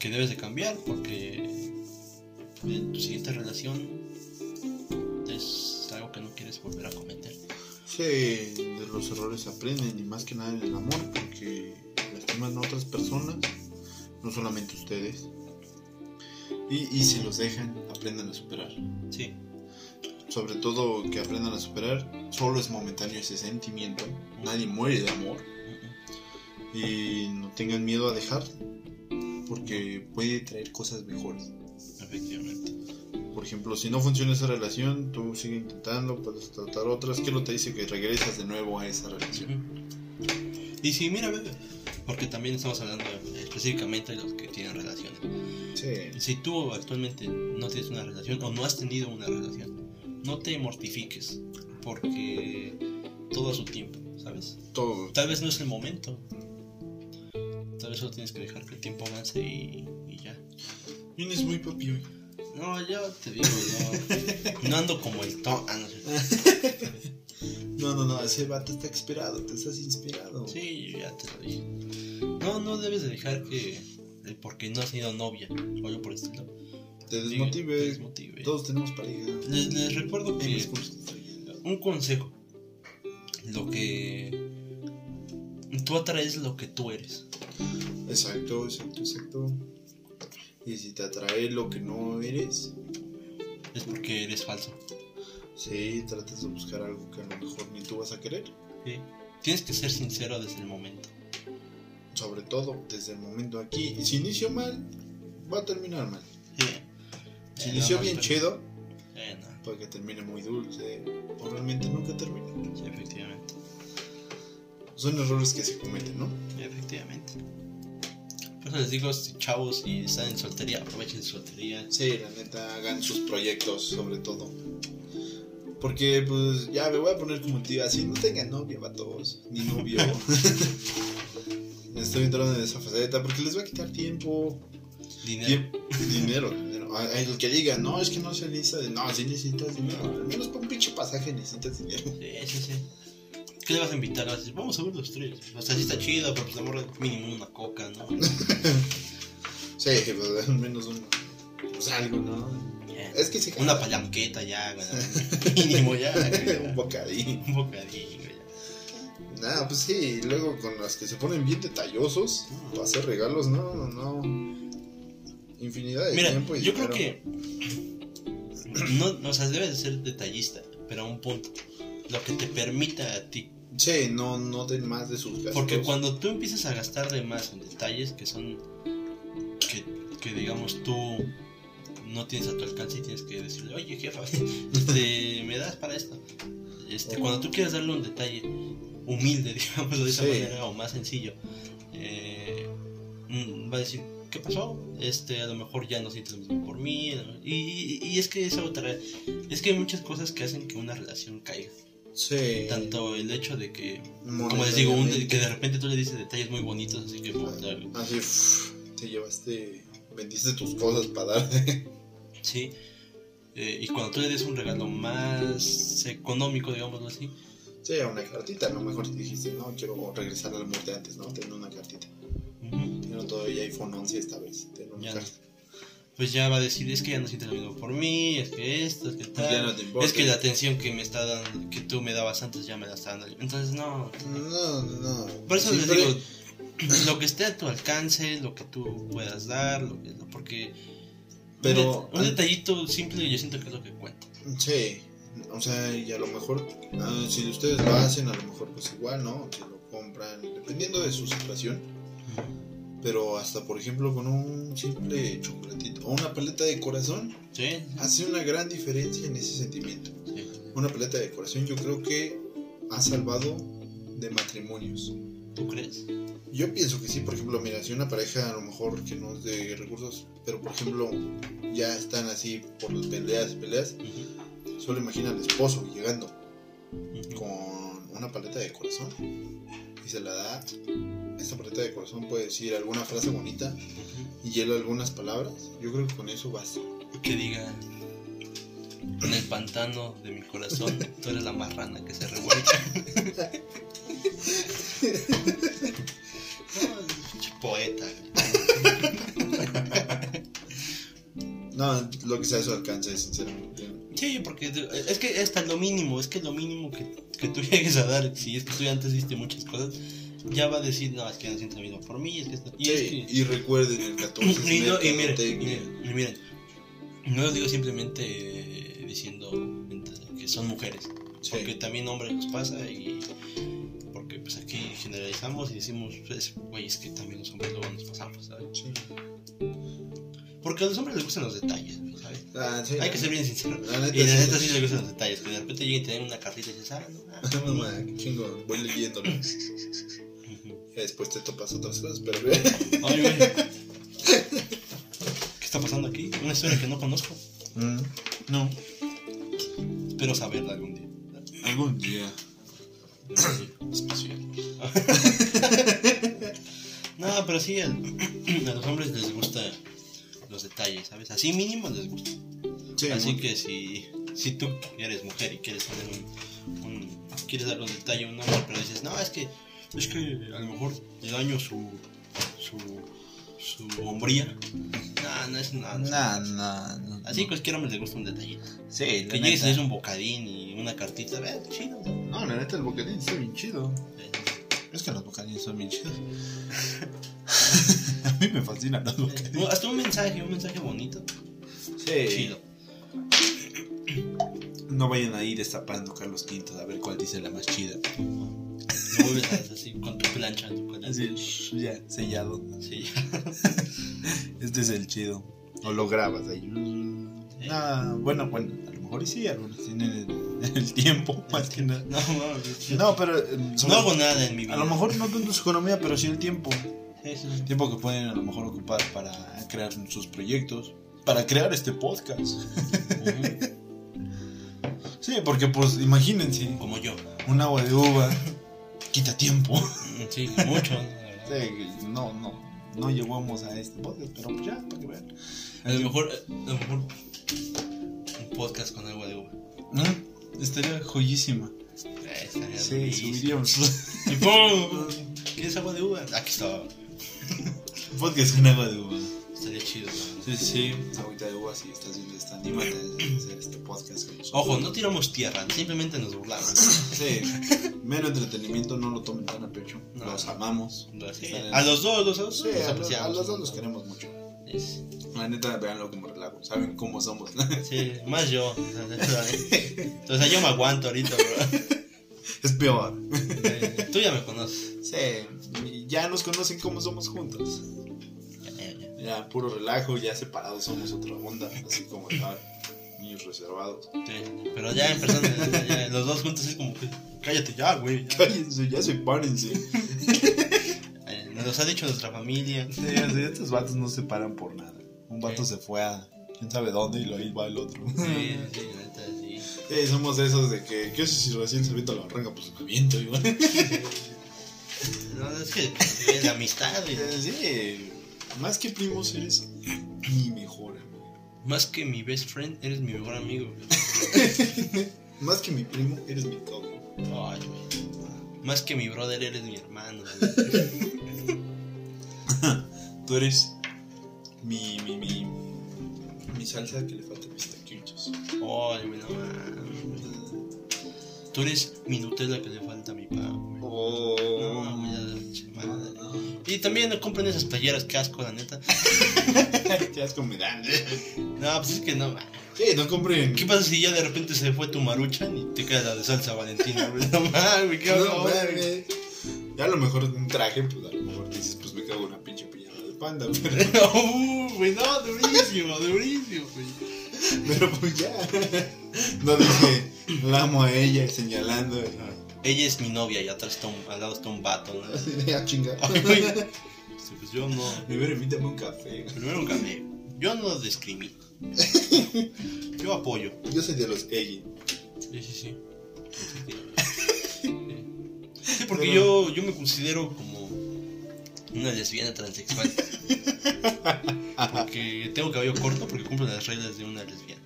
Speaker 2: que debes de cambiar porque en tu siguiente relación es algo que no quieres volver a cometer.
Speaker 1: Sí, de los errores se aprenden y más que nada en el amor porque lastiman a otras personas, no solamente ustedes. Y, y si los dejan, aprendan a superar.
Speaker 2: Sí,
Speaker 1: Sobre todo que aprendan a superar, solo es momentáneo ese sentimiento, nadie muere de amor y no tengan miedo a dejar porque puede traer cosas mejores.
Speaker 2: efectivamente.
Speaker 1: Por ejemplo, si no funciona esa relación, tú sigue intentando, puedes tratar otras, que lo te dice que regresas de nuevo a esa relación.
Speaker 2: Y sí, mira, bebé, porque también estamos hablando específicamente de los que tienen relaciones.
Speaker 1: Sí.
Speaker 2: Si tú actualmente no tienes una relación o no has tenido una relación, no te mortifiques porque todo a su tiempo, ¿sabes?
Speaker 1: Todo,
Speaker 2: Tal vez no es el momento. Tal vez solo tienes que dejar que el tiempo avance y, y ya.
Speaker 1: Vienes muy papi hoy.
Speaker 2: No, yo te digo, no. No ando como el to. Ah, no, sí.
Speaker 1: No, no, no, ese vato está inspirado, te estás inspirado.
Speaker 2: Sí, yo ya te lo dije. No, no debes de dejar que el porque no has tenido novia o algo por el estilo.
Speaker 1: Te
Speaker 2: diga-
Speaker 1: desmotive.
Speaker 2: te desmotive.
Speaker 1: Todos tenemos pareja.
Speaker 2: Les, les recuerdo
Speaker 1: En mis
Speaker 2: que
Speaker 1: cursos estoy-
Speaker 2: un consejo. Lo que tú atraes lo que tú eres.
Speaker 1: Exacto, exacto, exacto. Y si te atrae lo que no eres,
Speaker 2: Es porque eres falso.
Speaker 1: sí, tratas de buscar algo que a lo mejor ni tú vas a querer.
Speaker 2: ¿sí? Tienes que ser sincero desde el momento.
Speaker 1: Sobre todo desde el momento aquí. Y si inicio mal, va a terminar mal.
Speaker 2: Sí.
Speaker 1: Si
Speaker 2: Eh,
Speaker 1: inició
Speaker 2: nada más,
Speaker 1: bien
Speaker 2: pero-
Speaker 1: chido,
Speaker 2: Eh, no,
Speaker 1: puede que termine muy dulce. O realmente nunca termina.
Speaker 2: sí, efectivamente.
Speaker 1: Son errores que se cometen, ¿no?
Speaker 2: Efectivamente. Por eso les digo, si chavos, si están en soltería, aprovechen su soltería.
Speaker 1: Sí, la neta, hagan sus proyectos, sobre todo. Porque, pues, ya me voy a poner como tío, así no tengan novia, vatos, ni novio. Estoy entrando en esa faceta porque les va a quitar tiempo.
Speaker 2: Dinero.
Speaker 1: Tiemp- dinero, dinero. A- a El que diga, no, es que no se necesita de. No, sí necesitas dinero. Al menos para un pinche pasaje necesitas dinero.
Speaker 2: Sí, sí, sí. ¿Qué le vas a invitar? Le vas a decir, Vamos a ver los tres. O sea, sí está chido, pero pues la morra mínimo una coca, ¿no?
Speaker 1: Sí, pues, al menos uno. Pues algo, ¿no?
Speaker 2: Bien.
Speaker 1: Es que se
Speaker 2: Una palanqueta ya, güey. Mínimo ya. güey.
Speaker 1: Un bocadillo.
Speaker 2: Un bocadillo ya.
Speaker 1: Nada, pues sí, y luego con las que se ponen bien detallosos para hacer regalos, no, no, no. Infinidad de
Speaker 2: Mira,
Speaker 1: tiempo y
Speaker 2: yo creo
Speaker 1: dinero.
Speaker 2: que. No, o sea, debes de ser detallista, pero a un punto. Lo que te permita a ti.
Speaker 1: Sí, no, no den más de sus gastos.
Speaker 2: Porque cuando tú empiezas a gastar de más en detalles que son. que, que digamos tú no tienes a tu alcance y tienes que decirle, oye jefa, este, me das para esto. Este, cuando tú quieres darle un detalle humilde, digámoslo de esa
Speaker 1: Sí.
Speaker 2: manera, o más sencillo, eh, mm, va a decir, ¿qué pasó? Este, a lo mejor ya no sientes lo mismo por mí. ¿no? Y, y- y es que esa otra, es que hay muchas cosas que hacen que una relación caiga.
Speaker 1: Sí.
Speaker 2: Tanto el hecho de que,
Speaker 1: Pues
Speaker 2: como les digo, un de- que de repente tú le dices detalles muy bonitos, así que pues, puta,
Speaker 1: monetariamente. Así, uff, te llevaste, vendiste tus cosas para darle.
Speaker 2: Sí. Eh, y cuando tú le des un regalo más económico, digámoslo así,
Speaker 1: Sí, a una cartita, a lo mejor te dijiste, no, quiero regresar al muerte antes, ¿no? Tengo una cartita. Tengo todavía iPhone 11 esta vez. Tengo una
Speaker 2: Ya.
Speaker 1: carta.
Speaker 2: pues ya va a decir, es que ya no sientes lo mismo por mí, es que esto, es que
Speaker 1: Pues ya no
Speaker 2: tal.
Speaker 1: te importa.
Speaker 2: es que la atención que me está dando, que tú me dabas antes ya me la está dando. yo. Entonces, no.
Speaker 1: No, no.
Speaker 2: Por eso
Speaker 1: Sí,
Speaker 2: les
Speaker 1: pero-
Speaker 2: digo, lo que esté a tu alcance, lo que tú puedas dar, lo que, porque un
Speaker 1: Pero-
Speaker 2: det- un, detallito simple yo siento que es lo que cuenta.
Speaker 1: Sí, o sea, y a lo mejor, ah, si ustedes lo hacen, a lo mejor pues igual, ¿no? Se lo compran, dependiendo de su situación. Pero hasta, por ejemplo, con un simple chocolatito o una paleta de corazón,
Speaker 2: Sí,
Speaker 1: hace una gran diferencia en ese sentimiento.
Speaker 2: sí.
Speaker 1: Una paleta de corazón yo creo que ha salvado de matrimonios.
Speaker 2: ¿Tú crees?
Speaker 1: Yo pienso que sí, por ejemplo, mira, si una pareja a lo mejor que no es de recursos, pero por ejemplo ya están así por las peleas, peleas,
Speaker 2: Ujú,
Speaker 1: solo imagina al esposo llegando
Speaker 2: ujú.
Speaker 1: con una paleta de corazón y se la da. Esta paleta de corazón puede decir alguna frase bonita
Speaker 2: Ujú.
Speaker 1: y él algunas palabras. Yo creo que con eso basta.
Speaker 2: que diga en el pantano de mi corazón tú eres la marrana que se revuelca no, es pinche poeta
Speaker 1: No, lo que sea a su alcance, sinceramente.
Speaker 2: sí porque de- es que hasta lo mínimo es que lo mínimo que, que tú llegues a dar si es que tú ya antes diste muchas cosas ya va a decir no es que no siento lo mismo por mí es que esto- y
Speaker 1: Sí,
Speaker 2: es que
Speaker 1: y recuerden el 14 es
Speaker 2: y, no, y miren, y
Speaker 1: mercadotecnia.
Speaker 2: miren, y miren, no lo digo simplemente eh, diciendo que son mujeres,
Speaker 1: Sí.
Speaker 2: porque también hombres nos pasa y porque pues aquí generalizamos y decimos, pues, güey, es que también los hombres luego nos pasamos, ¿sabes?
Speaker 1: Sí.
Speaker 2: Porque a los hombres les gustan los detalles, güey, ¿sabes?
Speaker 1: Ah, sí,
Speaker 2: Hay
Speaker 1: la-
Speaker 2: que ser bien sincero.
Speaker 1: La neta,
Speaker 2: Y la
Speaker 1: sí.
Speaker 2: neta sí les gustan los detalles, que de repente lleguen y te den una cartita y dices, ah, no, ah,
Speaker 1: Ah, Mamá, qué chingón, voy leyéndolo.
Speaker 2: ujú.
Speaker 1: Después te topas otras cosas, pero
Speaker 2: Ay, güey. ¿Qué está pasando aquí? Una historia que no conozco, Mm,
Speaker 1: no,
Speaker 2: espero saberla algún día.
Speaker 1: algún día.
Speaker 2: especial. no, pero sí, el- a los hombres les gusta los detalles, ¿sabes? Así mínimo les gusta.
Speaker 1: Sí,
Speaker 2: Así
Speaker 1: muy-
Speaker 2: que si, si tú eres mujer y quieres tener un, un- quieres dar un detalle a un hombre, pero dices, no, es que, es que a lo mejor le daño su, su, su hombría. No, no es nada. no
Speaker 1: No,
Speaker 2: es nada.
Speaker 1: no, no.
Speaker 2: Así cualquiera me le gusta un detalle.
Speaker 1: Sí, la
Speaker 2: Que llegues y
Speaker 1: neta.
Speaker 2: des un bocadín y una cartita, ve, chido. ¿no?
Speaker 1: No, la neta, el bocadín está bien chido.
Speaker 2: Eh,
Speaker 1: Es que los bocadillos son bien chidos. A mí me fascinan los
Speaker 2: eh, no,
Speaker 1: bocadillos.
Speaker 2: Hasta un mensaje, un mensaje bonito.
Speaker 1: Sí.
Speaker 2: Chido.
Speaker 1: No vayan a ir destapando Carlos V a ver cuál dice la más chida.
Speaker 2: No vuelves a así con tu plancha. tu plancha.
Speaker 1: Así, ya, sellado.
Speaker 2: Sí.
Speaker 1: Este es el chido. O lo grabas ahí. Ah, bueno, bueno, a lo mejor y sí, algunos tienen el, el tiempo más que nada.
Speaker 2: No, mames.
Speaker 1: No, pero. eh,
Speaker 2: No
Speaker 1: sobre-
Speaker 2: hago nada en mi vida.
Speaker 1: a lo mejor no tanto su economía, pero sí el tiempo.
Speaker 2: Sí, sí, sí.
Speaker 1: Tiempo que pueden a lo mejor ocupar para crear sus proyectos, para crear este podcast.
Speaker 2: Ujú.
Speaker 1: Sí, porque pues imagínense,
Speaker 2: Como yo.
Speaker 1: un agua de uva quita tiempo.
Speaker 2: Sí, mucho. la verdad.
Speaker 1: Sí, no, no, no llegamos a este podcast, pero pues ya, para que vean.
Speaker 2: A lo mejor, a lo mejor un podcast con agua de uva.
Speaker 1: Mm, Estaría joyísima.
Speaker 2: Eh, estaría
Speaker 1: Sí,
Speaker 2: buenísimo.
Speaker 1: subiríamos
Speaker 2: Y ¡pum! ¿Quieres pues, agua de uva? Aquí está.
Speaker 1: podcast con agua de uva.
Speaker 2: Estaría chido. ¿no?
Speaker 1: Sí, sí, agüita de uva, si estás viendo esta, anímate a hacer este podcast. con nosotros.
Speaker 2: Ojo, no tiramos tierra, simplemente nos burlamos.
Speaker 1: Sí, mero entretenimiento, no lo tomen tan a pecho.
Speaker 2: No.
Speaker 1: Los amamos.
Speaker 2: Sí, A los dos, los dos
Speaker 1: Sí,
Speaker 2: los
Speaker 1: a, los, a
Speaker 2: apreciamos.
Speaker 1: los dos los queremos mucho.
Speaker 2: Es-
Speaker 1: La neta, veanlo como relajo. Saben cómo somos.
Speaker 2: Sí, más yo. ¿eh? O sea, yo me aguanto ahorita, bro.
Speaker 1: es peor.
Speaker 2: Eh, Tú ya me conoces.
Speaker 1: Sí, y ya nos conocen cómo somos juntos.
Speaker 2: Ya, ya, ya.
Speaker 1: Ya, puro relajo, ya separados somos otra onda. Así como estaban niños reservados.
Speaker 2: Sí, pero ya en persona, ya, ya, los dos juntos es como que. Cállate ya, güey. ya".
Speaker 1: Cállense, ya sepárense.
Speaker 2: Eh, Nos ha dicho nuestra familia.
Speaker 1: Sí, así, estos vatos no se paran por nada. Un vato
Speaker 2: Sí.
Speaker 1: se fue a quién sabe dónde y lo ahí va el otro.
Speaker 2: Sí, sí, la neta, sí.
Speaker 1: Sí, Eh, somos de esos de que, ¿qué haces si recién se avienta la barranca? Pues me aviento igual.
Speaker 2: No, es que eh, la amistad, güey.
Speaker 1: Sí, más que primos eres mi mejor amigo.
Speaker 2: Más que mi best friend, eres mi mejor amigo. güey.
Speaker 1: Más que mi primo, eres mi todo.
Speaker 2: Ay, güey. Más que mi brother, eres mi hermano. güey.
Speaker 1: Tú eres mi, mi, mi, mi salsa que le falta pistaquillos.
Speaker 2: Ay, güey, no mames, güey. Tú eres mi Nutella que le falta a mi papá, güey.
Speaker 1: Oh,
Speaker 2: No, güey, ya, pinche madre. Y también no compren esas playeras, qué asco, la neta.
Speaker 1: Qué asco me dan. eh.
Speaker 2: No, pues es que no. ma.
Speaker 1: Sí, no compren.
Speaker 2: ¿Qué pasa si ya de repente se fue tu maruchan y te queda la de salsa valentina? güey? No mames, qué
Speaker 1: No,
Speaker 2: horror, güey.
Speaker 1: mames. Ya a lo mejor un traje, pues a lo mejor dices, pues me cago en una pinche pijama de panda. Pero,
Speaker 2: Uh, güey, no, durísimo, durísimo, güey.
Speaker 1: pero pues ya. No dije, la amo a ella señalando.
Speaker 2: Ella es mi novia y atrás está un- al lado está un vato, ¿no?
Speaker 1: Ya "Ah, chinga.
Speaker 2: Ay, güey. Sí, pues yo no.
Speaker 1: Primero invítame un café.
Speaker 2: Primero un café. Yo no discrimino. Yo apoyo.
Speaker 1: Yo soy de los Eggy.
Speaker 2: Sí, sí, sí. Sí, porque
Speaker 1: Pero-
Speaker 2: yo, yo me considero como una lesbiana transexual. Porque tengo cabello corto porque cumplo las reglas de una lesbiana.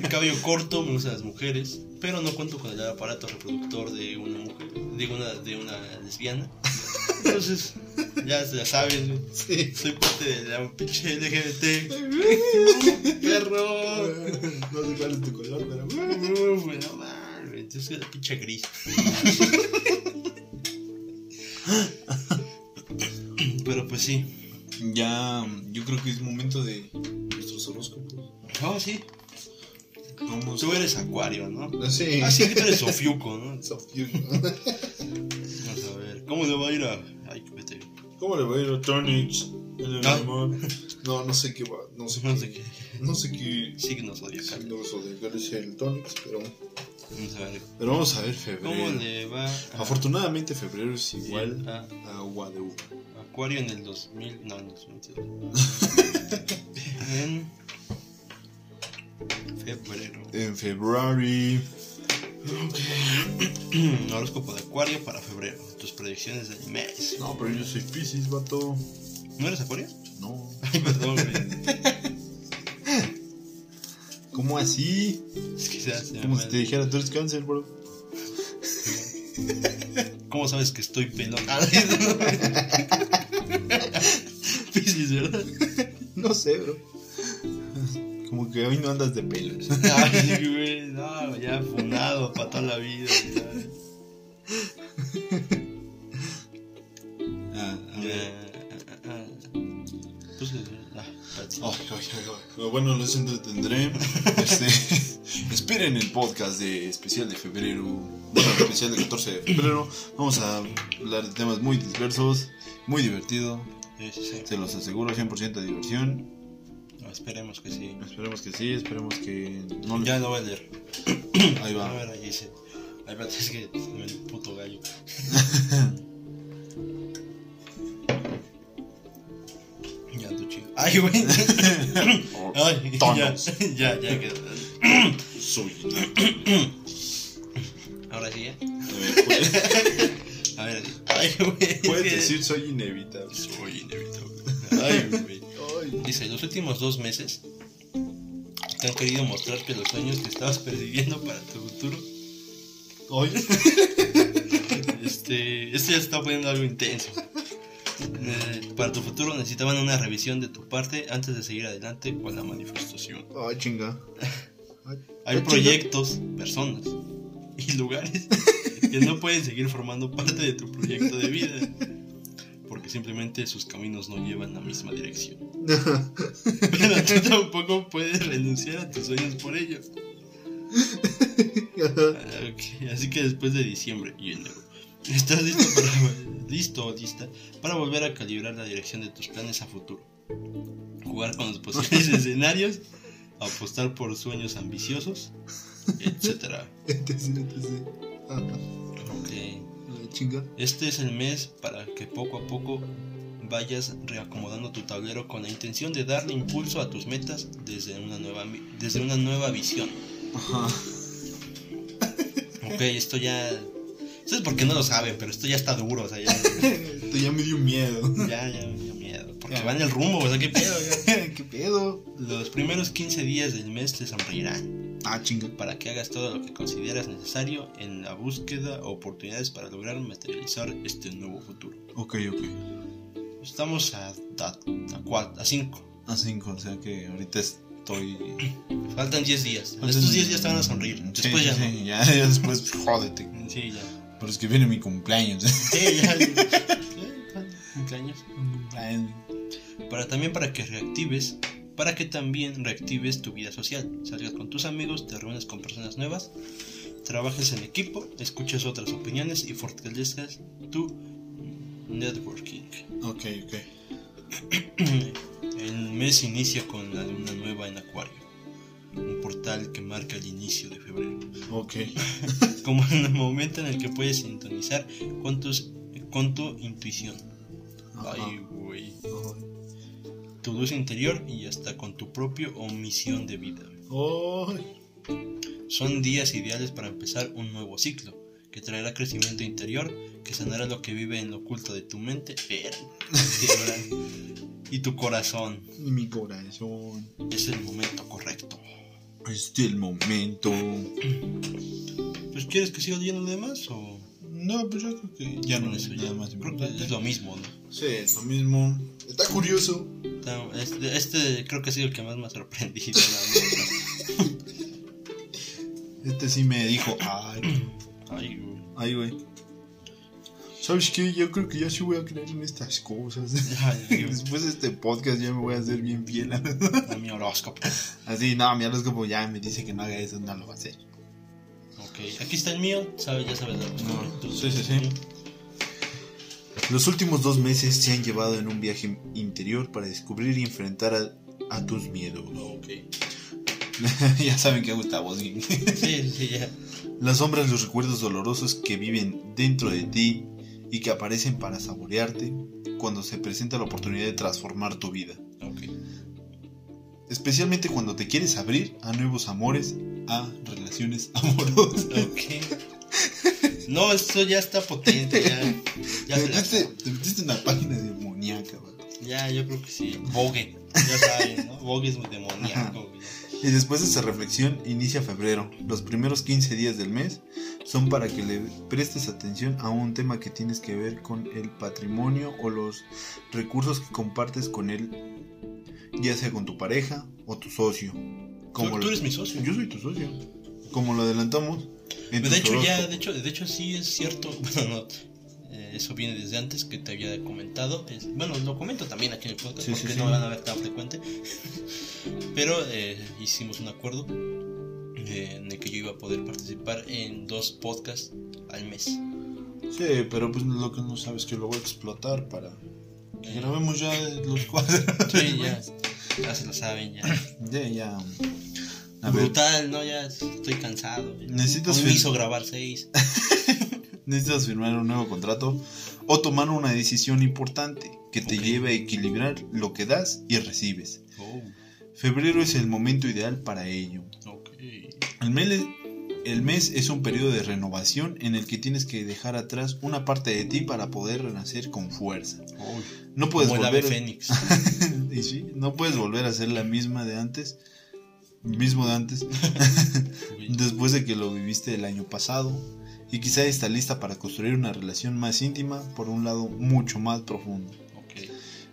Speaker 2: El cabello corto me gustan las mujeres, pero no cuento con el aparato reproductor de una mujer, de una, de una lesbiana. Entonces, ya, ya sabes, güey,
Speaker 1: Sí.
Speaker 2: soy parte de la pinche LGBT.
Speaker 1: Perro. No sé cuál es tu color, pero.
Speaker 2: Uh, güey, no mames, entonces la pinche gris. Pero pues sí.
Speaker 1: Ya, yo creo que es momento de nuestros horóscopos.
Speaker 2: Oh, sí.
Speaker 1: Vamos.
Speaker 2: Tú eres acuario, ¿no?
Speaker 1: Sí.
Speaker 2: Ah, sí, que tú eres sofiuco, ¿no?
Speaker 1: Sofía.
Speaker 2: Vamos a ver. ¿Cómo le va a ir a. Ay, vete.
Speaker 1: ¿Cómo le va a ir a Tonics? No, no, no sé qué va. Ah. No sé,
Speaker 2: No sé qué.
Speaker 1: No sé qué.
Speaker 2: Signos zodiacales.
Speaker 1: signos zodiacales sea el Tonics, pero.
Speaker 2: Vamos a ver.
Speaker 1: Pero vamos a ver febrero.
Speaker 2: ¿Cómo le va a.
Speaker 1: Afortunadamente, febrero es igual
Speaker 2: a
Speaker 1: a agua de uva.
Speaker 2: Acuario en el 2000. No, en el 2022. en. Febrero.
Speaker 1: En febrero.
Speaker 2: Horóscopo de Acuario para febrero. Tus predicciones del mes.
Speaker 1: No, pero yo soy Pisces, vato.
Speaker 2: ¿No eres Acuario?
Speaker 1: No.
Speaker 2: Ay, perdón, güey.
Speaker 1: ¿Cómo así?
Speaker 2: Es que se hace.
Speaker 1: Como si te dijera, tú eres cáncer, bro.
Speaker 2: ¿Cómo sabes que estoy pelón? Piscis, Pues ¿verdad?
Speaker 1: No sé, bro. Como que hoy no andas de pelos.
Speaker 2: Ay, güey, no, ya funado para toda la vida. ya.
Speaker 1: Ah, a ver.
Speaker 2: Ah, ah, ah. Pues, ah, espérate.
Speaker 1: Ay, ay, ay, ay. Bueno, los entretendré. Este, esperen el podcast de especial de febrero. Bueno, especial del 14 de febrero. Vamos a hablar de temas muy diversos, muy divertido.
Speaker 2: Sí, sí, sí.
Speaker 1: Se los aseguro, 100% de diversión.
Speaker 2: No, esperemos que sí.
Speaker 1: Esperemos que sí, esperemos que no les-
Speaker 2: Ya lo voy a leer.
Speaker 1: Ahí
Speaker 2: A
Speaker 1: va.
Speaker 2: ver, ahí Ah, dice. Ay, espérate, es que se me ve el puto gallo. ya, tú chido. Ay, güey.
Speaker 1: Oh.
Speaker 2: Ay, ya,
Speaker 1: Tonos.
Speaker 2: ya, ya quedó.
Speaker 1: Soy.
Speaker 2: Ahora sí, ¿eh?
Speaker 1: A ver, ¿puedes,
Speaker 2: A ver, ay,
Speaker 1: puedes
Speaker 2: güey. es que-
Speaker 1: decir soy inevitable.
Speaker 2: Soy inevitable. Ay, güey.
Speaker 1: Ay.
Speaker 2: Dice, los últimos dos meses te han querido mostrar que los sueños que estabas persiguiendo para tu futuro.
Speaker 1: Ay.
Speaker 2: Este, esto ya se está poniendo algo intenso. Eh, Para tu futuro necesitaban una revisión de tu parte antes de seguir adelante con la manifestación.
Speaker 1: Ay, chinga. Ay,
Speaker 2: Hay
Speaker 1: chinga.
Speaker 2: proyectos, personas y lugares que no pueden seguir formando parte de tu proyecto de vida porque simplemente sus caminos no llevan la misma dirección.
Speaker 1: Este
Speaker 2: Pero tú tampoco puedes renunciar a tus sueños por ello. Ah, ok. Así que después de diciembre y enero, estás listo para listo o lista para volver a calibrar la dirección de tus planes a futuro. Jugar con los posibles escenarios, apostar por sueños ambiciosos, etcétera.
Speaker 1: Etc, etc. Ajá.
Speaker 2: Ok.
Speaker 1: Ay, Ah, chinga.
Speaker 2: Este es el mes para que poco a poco vayas reacomodando tu tablero con la intención de darle impulso a tus metas desde una nueva, mi- desde una nueva visión.
Speaker 1: Ajá.
Speaker 2: Ok, esto ya... Esto es porque no lo saben, pero esto ya está duro, o sea, ya,
Speaker 1: Esto ya me dio miedo.
Speaker 2: ya, ya me dio miedo.
Speaker 1: Ah.
Speaker 2: Porque va en el rumbo, o sea, qué pedo. ya.
Speaker 1: ¿Qué pedo?
Speaker 2: Los primeros 15 días del mes te sonreirán
Speaker 1: Ah, chinga.
Speaker 2: para que hagas todo lo que consideras necesario en la búsqueda o oportunidades para lograr materializar este nuevo futuro.
Speaker 1: Ok, ok.
Speaker 2: Estamos a, a, a, cuat- a cinco.
Speaker 1: A 5, o sea que ahorita estoy.
Speaker 2: Faltan 10 días.
Speaker 1: Faltan
Speaker 2: Estos 10
Speaker 1: diez.
Speaker 2: días te van a sonreír.
Speaker 1: Sí,
Speaker 2: Después
Speaker 1: sí,
Speaker 2: ya
Speaker 1: sí, ya, ya después, jódete.
Speaker 2: no. Sí, ya.
Speaker 1: Pero es que viene mi cumpleaños.
Speaker 2: Sí, ya. Eh, Cumpleaños.
Speaker 1: Cumpleaños.
Speaker 2: Para también para que reactives, para que también reactives tu vida social. Salgas con tus amigos, te reúnes con personas nuevas, trabajes en equipo, escuches otras opiniones y fortalezcas tu networking.
Speaker 1: Ok, ok.
Speaker 2: El mes inicia con la luna nueva en Acuario, un portal que marca el inicio de febrero.
Speaker 1: Ok.
Speaker 2: como en el momento en el que puedes sintonizar con tus con tu intuición.
Speaker 1: Ajá.
Speaker 2: Ay, güey.
Speaker 1: Ay.
Speaker 2: Tu luz interior y hasta con tu propio o misión de vida.
Speaker 1: Ay.
Speaker 2: Son días ideales para empezar un nuevo ciclo, que traerá crecimiento interior, que sanará lo que vive en lo oculto de tu mente ver, y tu corazón.
Speaker 1: Y mi corazón.
Speaker 2: Es el momento correcto.
Speaker 1: Este es el momento.
Speaker 2: Pues quieres que siga leyendo lo demás o
Speaker 1: No, pues yo creo que ya no
Speaker 2: Con
Speaker 1: es
Speaker 2: eso
Speaker 1: nada
Speaker 2: ya?
Speaker 1: más
Speaker 2: Creo que
Speaker 1: importante.
Speaker 2: es lo mismo, ¿no?
Speaker 1: Sí, es lo mismo. Está curioso.
Speaker 2: Está- Este, este creo que ha sido el que más me ha sorprendido. la neta.
Speaker 1: Este sí me dijo, ay,
Speaker 2: Ay, güey.
Speaker 1: ay, güey. ¿Sabes qué? Yo creo que ya sí voy a creer en estas cosas.
Speaker 2: Ay, güey.
Speaker 1: Después de este podcast ya me voy a hacer bien fiel. a-
Speaker 2: A mi horóscopo.
Speaker 1: Así, no, mi horóscopo ya me dice que no haga eso, no lo va a hacer.
Speaker 2: Ok, aquí está el mío. Sabe, ya sabes la
Speaker 1: No, sí, sí, sí. Los últimos dos meses se han llevado en un viaje interior para descubrir y enfrentar a, a tus miedos.
Speaker 2: Ok.
Speaker 1: ya saben que hago esta voz. güey.
Speaker 2: Sí, sí, ya.
Speaker 1: Las sombras, los recuerdos dolorosos que viven dentro de ti y que aparecen para saborearte cuando se presenta la oportunidad de transformar tu vida.
Speaker 2: Ok.
Speaker 1: Especialmente cuando te quieres abrir a nuevos amores, a relaciones amorosas.
Speaker 2: Ok. No, esto ya está potente. Ya, ya,
Speaker 1: te,
Speaker 2: se la-
Speaker 1: metiste, te metiste en una página demoníaca, vato.
Speaker 2: ya yo creo que sí. Vogue. Ya saben, ¿no? Vogue es muy demoníaco. güey.
Speaker 1: Y después de esa reflexión inicia febrero. Los primeros 15 días del mes son para que le prestes atención a un tema que tienes que ver con el patrimonio o los recursos que compartes con él, ya sea con tu pareja o tu socio.
Speaker 2: Tú,
Speaker 1: lo-
Speaker 2: tú eres mi socio.
Speaker 1: Yo soy tu socio. Como lo adelantamos. en tus
Speaker 2: Pero Pues, de hecho, ya,
Speaker 1: horóscopos.
Speaker 2: de hecho, de hecho sí es cierto. Bueno, no, eh, eso viene desde antes que te había comentado. Es- bueno, lo comento también aquí en el podcast
Speaker 1: Sí, sí,
Speaker 2: porque
Speaker 1: sí.
Speaker 2: no van a ver tan frecuente. Pero eh, hicimos un acuerdo eh, en el que yo iba a poder participar en dos podcasts al mes.
Speaker 1: Sí, pero pues lo que no sabes es que lo voy a explotar para que grabemos ya los cuadros.
Speaker 2: Sí, ya, ya se lo saben, ya.
Speaker 1: Ya, ya. A ver,
Speaker 2: Brutal, ¿no? Ya estoy cansado.
Speaker 1: Necesitas
Speaker 2: Hoy me
Speaker 1: fil-
Speaker 2: hizo grabar seis.
Speaker 1: necesitas firmar un nuevo contrato o tomar una decisión importante que te
Speaker 2: Ok.
Speaker 1: lleve a equilibrar lo que das y recibes.
Speaker 2: Oh,
Speaker 1: Febrero es el momento ideal para ello.
Speaker 2: ok.
Speaker 1: El mes, el mes es un periodo de renovación en el que tienes que dejar atrás una parte de ti para poder renacer con fuerza. No puedes
Speaker 2: Como el ave
Speaker 1: volver
Speaker 2: fénix.
Speaker 1: Y sí, no puedes volver a ser la misma de antes, mismo de antes, después de que lo viviste el año pasado. Y quizá está lista para construir una relación más íntima por un lado mucho más profundo.
Speaker 2: Ok.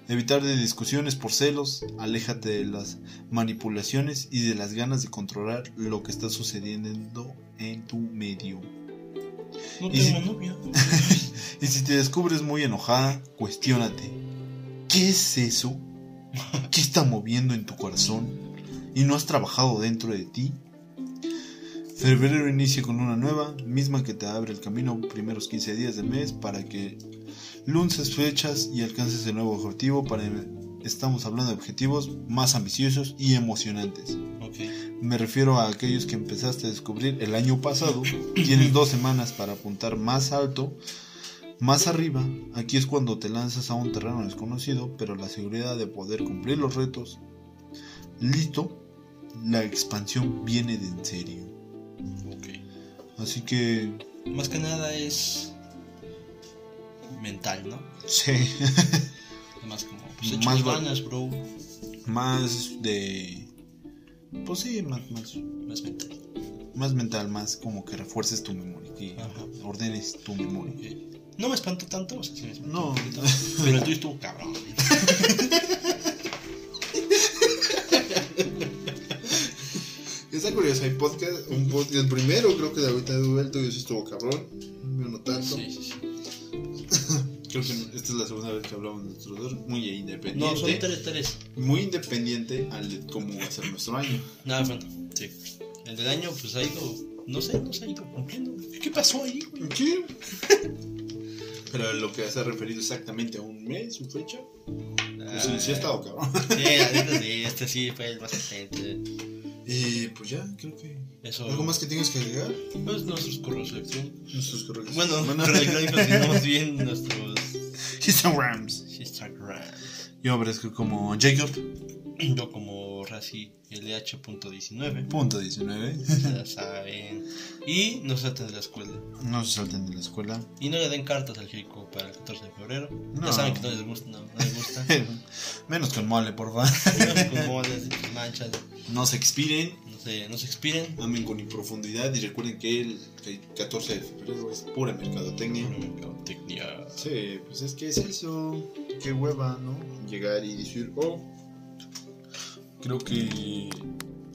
Speaker 1: Evitar de discusiones por celos, aléjate de las manipulaciones y de las ganas de controlar lo que está sucediendo en tu medio.
Speaker 2: No
Speaker 1: Y si-
Speaker 2: tengo novia.
Speaker 1: Y si te descubres muy enojada, cuestiónate. ¿Qué es eso? ¿Qué está moviendo en tu corazón? ¿Y no has trabajado dentro de ti? Febrero inicia con una nueva, misma que te abre el camino primeros 15 días del mes para que lunces fechas y alcances el nuevo objetivo para... Estamos hablando de objetivos más ambiciosos y emocionantes.
Speaker 2: Ok.
Speaker 1: Me refiero a aquellos que empezaste a descubrir el año pasado. Tienes dos semanas para apuntar más alto, más arriba. Aquí es cuando te lanzas a un terreno desconocido, pero la seguridad de poder cumplir los retos. Listo, la expansión viene de en serio.
Speaker 2: Ok.
Speaker 1: Así que,
Speaker 2: Más que nada es mental, ¿no?
Speaker 1: sí,
Speaker 2: Más como, pues
Speaker 1: Más
Speaker 2: echas
Speaker 1: va-
Speaker 2: ganas, bro.
Speaker 1: más de... Pues sí, más, más,
Speaker 2: Más mental.
Speaker 1: más mental, más como que refuerces tu memoria, que
Speaker 2: Ajá.
Speaker 1: ordenes tu memoria.
Speaker 2: Ok. No me espanto tanto, o sea, sí me espanto
Speaker 1: No.
Speaker 2: un poquito, Pero el tuyo estuvo cabrón.
Speaker 3: Está curioso, hay podcast, un podcast, el primero creo que de ahorita de Google, tuyo sí estuvo cabrón, mío no tanto.
Speaker 2: Sí, sí, sí.
Speaker 1: Creo que esta es la segunda vez que hablamos de nuestros dos, muy independiente.
Speaker 2: No, son tres, tres.
Speaker 1: muy independiente al de cómo va a ser nuestro año.
Speaker 2: Nada, bueno, sí. El del año, pues ha ido, no sé, no se ha ido cumpliendo. ¿Qué pasó ahí, güey?
Speaker 1: ¿Qué? Pero lo que se ha referido exactamente a un mes, su fecha, pues sí, sí ha estado cabrón.
Speaker 2: Sí, la neta sí, este sí fue el más atento.
Speaker 1: Y pues ya, creo que.
Speaker 2: Eso.
Speaker 1: ¿Algo más que tengas que agregar?
Speaker 2: Pues nuestros correos electrónicos.
Speaker 1: Nuestros correos.
Speaker 2: Bueno, correos electrónicos, sino más pues, bien nuestros
Speaker 1: Instagrams.
Speaker 2: Instagram.
Speaker 1: Yo aparezco como Jacob.19.
Speaker 2: Yo como Razi LH.19. Ya saben. Y no salten de la escuela.
Speaker 1: No se salten de la escuela.
Speaker 2: Y no le den cartas al Jico para el 14 de febrero.
Speaker 1: No.
Speaker 2: Ya saben que no les gusta. No, no les gusta.
Speaker 1: Menos con mole, por favor.
Speaker 2: Unas con moles, sus manchas.
Speaker 1: No se expiren.
Speaker 2: No se, no se expiren.
Speaker 1: Amen con profundidad y recuerden que el 14 de febrero es pura mercadotecnia.
Speaker 2: Mercadotecnia.
Speaker 1: Sí, pues es que es eso. Qué hueva, ¿no? Llegar y decir, oh, creo que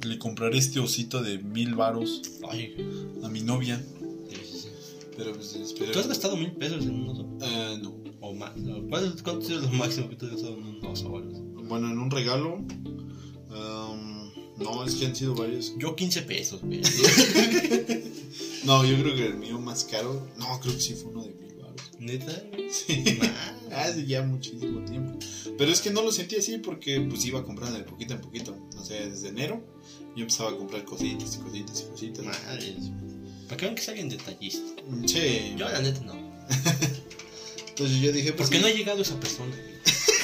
Speaker 1: le compraré este osito de mil varos
Speaker 2: Ay,
Speaker 1: a mi novia.
Speaker 2: sí, sí, sí.
Speaker 1: Pero pues espero.
Speaker 2: ¿Tú has gastado mil pesos en un oso?
Speaker 1: Eh, no.
Speaker 2: O más. ¿no? ¿Cuál- ¿Cuánto es lo máximo que tú has gastado en un oso? o algo así?
Speaker 1: Bueno, en un regalo. um, no, es que han sido varios.
Speaker 2: Yo 15 pesos, güey.
Speaker 1: No, yo creo que el mío más caro. No, creo que sí fue uno de mil varos.
Speaker 2: Neta.
Speaker 1: Sí.
Speaker 2: Nah.
Speaker 1: Hace ya muchísimo tiempo. Pero es que no lo sentí así porque pues iba comprando de poquito en poquito. No sé, desde enero yo empezaba a comprar cositas y cositas y cositas.
Speaker 2: Madres. Para que vean que es alguien detallista.
Speaker 1: Sí.
Speaker 2: Yo, la neta, no.
Speaker 1: Entonces yo dije, pues,
Speaker 2: ¿Por qué no ha llegado esa persona?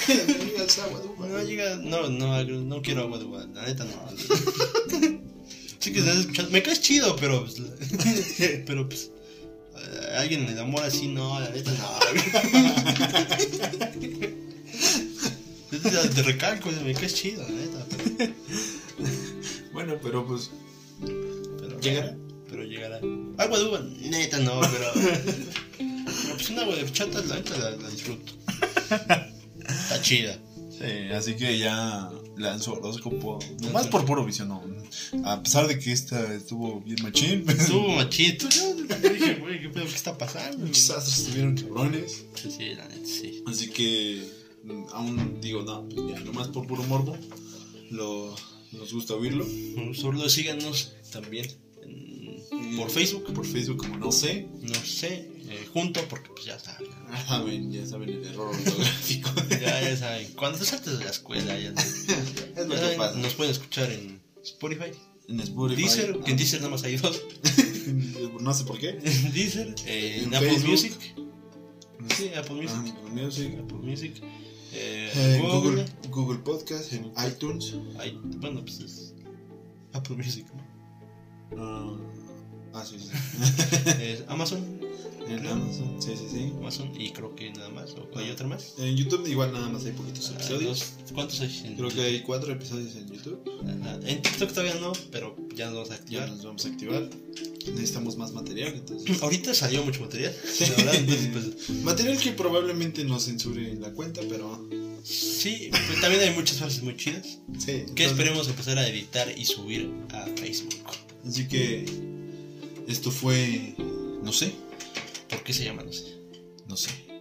Speaker 1: llega el sábado?
Speaker 2: No ha llegado. No, no, no quiero agua de guada. La neta, no. sí que estás escuchando. Me caes chido, pero. pues, la- pero pues. eh, Alguien en el amor así, no, la neta, no. Yo te, te recalco, me caes chido, la neta. pero-
Speaker 1: Bueno, Pero, pero pues.
Speaker 2: Pero
Speaker 1: Llegará.
Speaker 2: Pero llegará. Agua de uva, neta no, pero. pero pues un agua de chata, la neta la, la disfruto. Está chida.
Speaker 1: Sí, así que ya lanzo horóscopo. Nomás por puro visión, no. A pesar de que esta estuvo bien machín.
Speaker 2: Estuvo machito. Pues Yo dije, güey, ¿qué pedo? ¿Qué está pasando?
Speaker 1: Muchos astros estuvieron cabrones.
Speaker 2: Sí, la neta, sí.
Speaker 1: Así que mm, aún digo, no, pues ya, nomás por puro morbo. Lo, nos gusta oírlo.
Speaker 2: Solo síganos también. en- Por Facebook,
Speaker 1: Por Facebook, como no sé.
Speaker 2: no sé, eh, junto, porque pues ya saben.
Speaker 1: Ya saben, ya saben el error ortográfico.
Speaker 2: Ya, ya saben. Cuando estás antes de la escuela, ya,
Speaker 1: es lo
Speaker 2: ya
Speaker 1: que
Speaker 2: saben,
Speaker 1: pasa.
Speaker 2: nos pueden escuchar en Spotify,
Speaker 1: En Spotify.
Speaker 2: Deezer,
Speaker 1: ah,
Speaker 2: que en Deezer nada más hay dos.
Speaker 1: no sé por qué.
Speaker 2: En Deezer, eh, en
Speaker 1: En
Speaker 2: Apple
Speaker 1: Facebook.
Speaker 2: Music. Sí, Apple
Speaker 1: Ah,
Speaker 2: Music.
Speaker 1: en Music.
Speaker 2: Apple Music. Eh,
Speaker 3: En
Speaker 2: Google.
Speaker 3: Google, Google Podcast, en iTunes.
Speaker 2: Ay, bueno, pues es Apple Music. ¿no?
Speaker 1: Ah, ah, sí, sí.
Speaker 2: Eh, Amazon.
Speaker 1: En Amazon. Sí, sí, sí.
Speaker 2: Amazon y creo que nada más. ¿O hay otra más?
Speaker 1: En YouTube igual nada más hay poquitos
Speaker 2: Ah,
Speaker 1: Ah. episodios.
Speaker 2: dos. ¿Cuántos hay? En,
Speaker 1: Creo que hay cuatro episodios en YouTube.
Speaker 2: Ajá. En TikTok todavía no, pero ya nos vamos a
Speaker 1: Ya
Speaker 2: activar.
Speaker 1: nos vamos a activar. Necesitamos más material, entonces.
Speaker 2: Ahorita salió mucho material. La verdad, entonces, pues,
Speaker 1: Material que probablemente nos censure la cuenta, pero.
Speaker 2: Sí, pero también hay muchas frases muy chidas
Speaker 1: Sí.
Speaker 2: que
Speaker 1: entonces-
Speaker 2: esperemos empezar a editar y subir a Facebook.
Speaker 1: Así que. Esto fue. No sé.
Speaker 2: ¿Por qué se llama? No sé.
Speaker 1: No sé.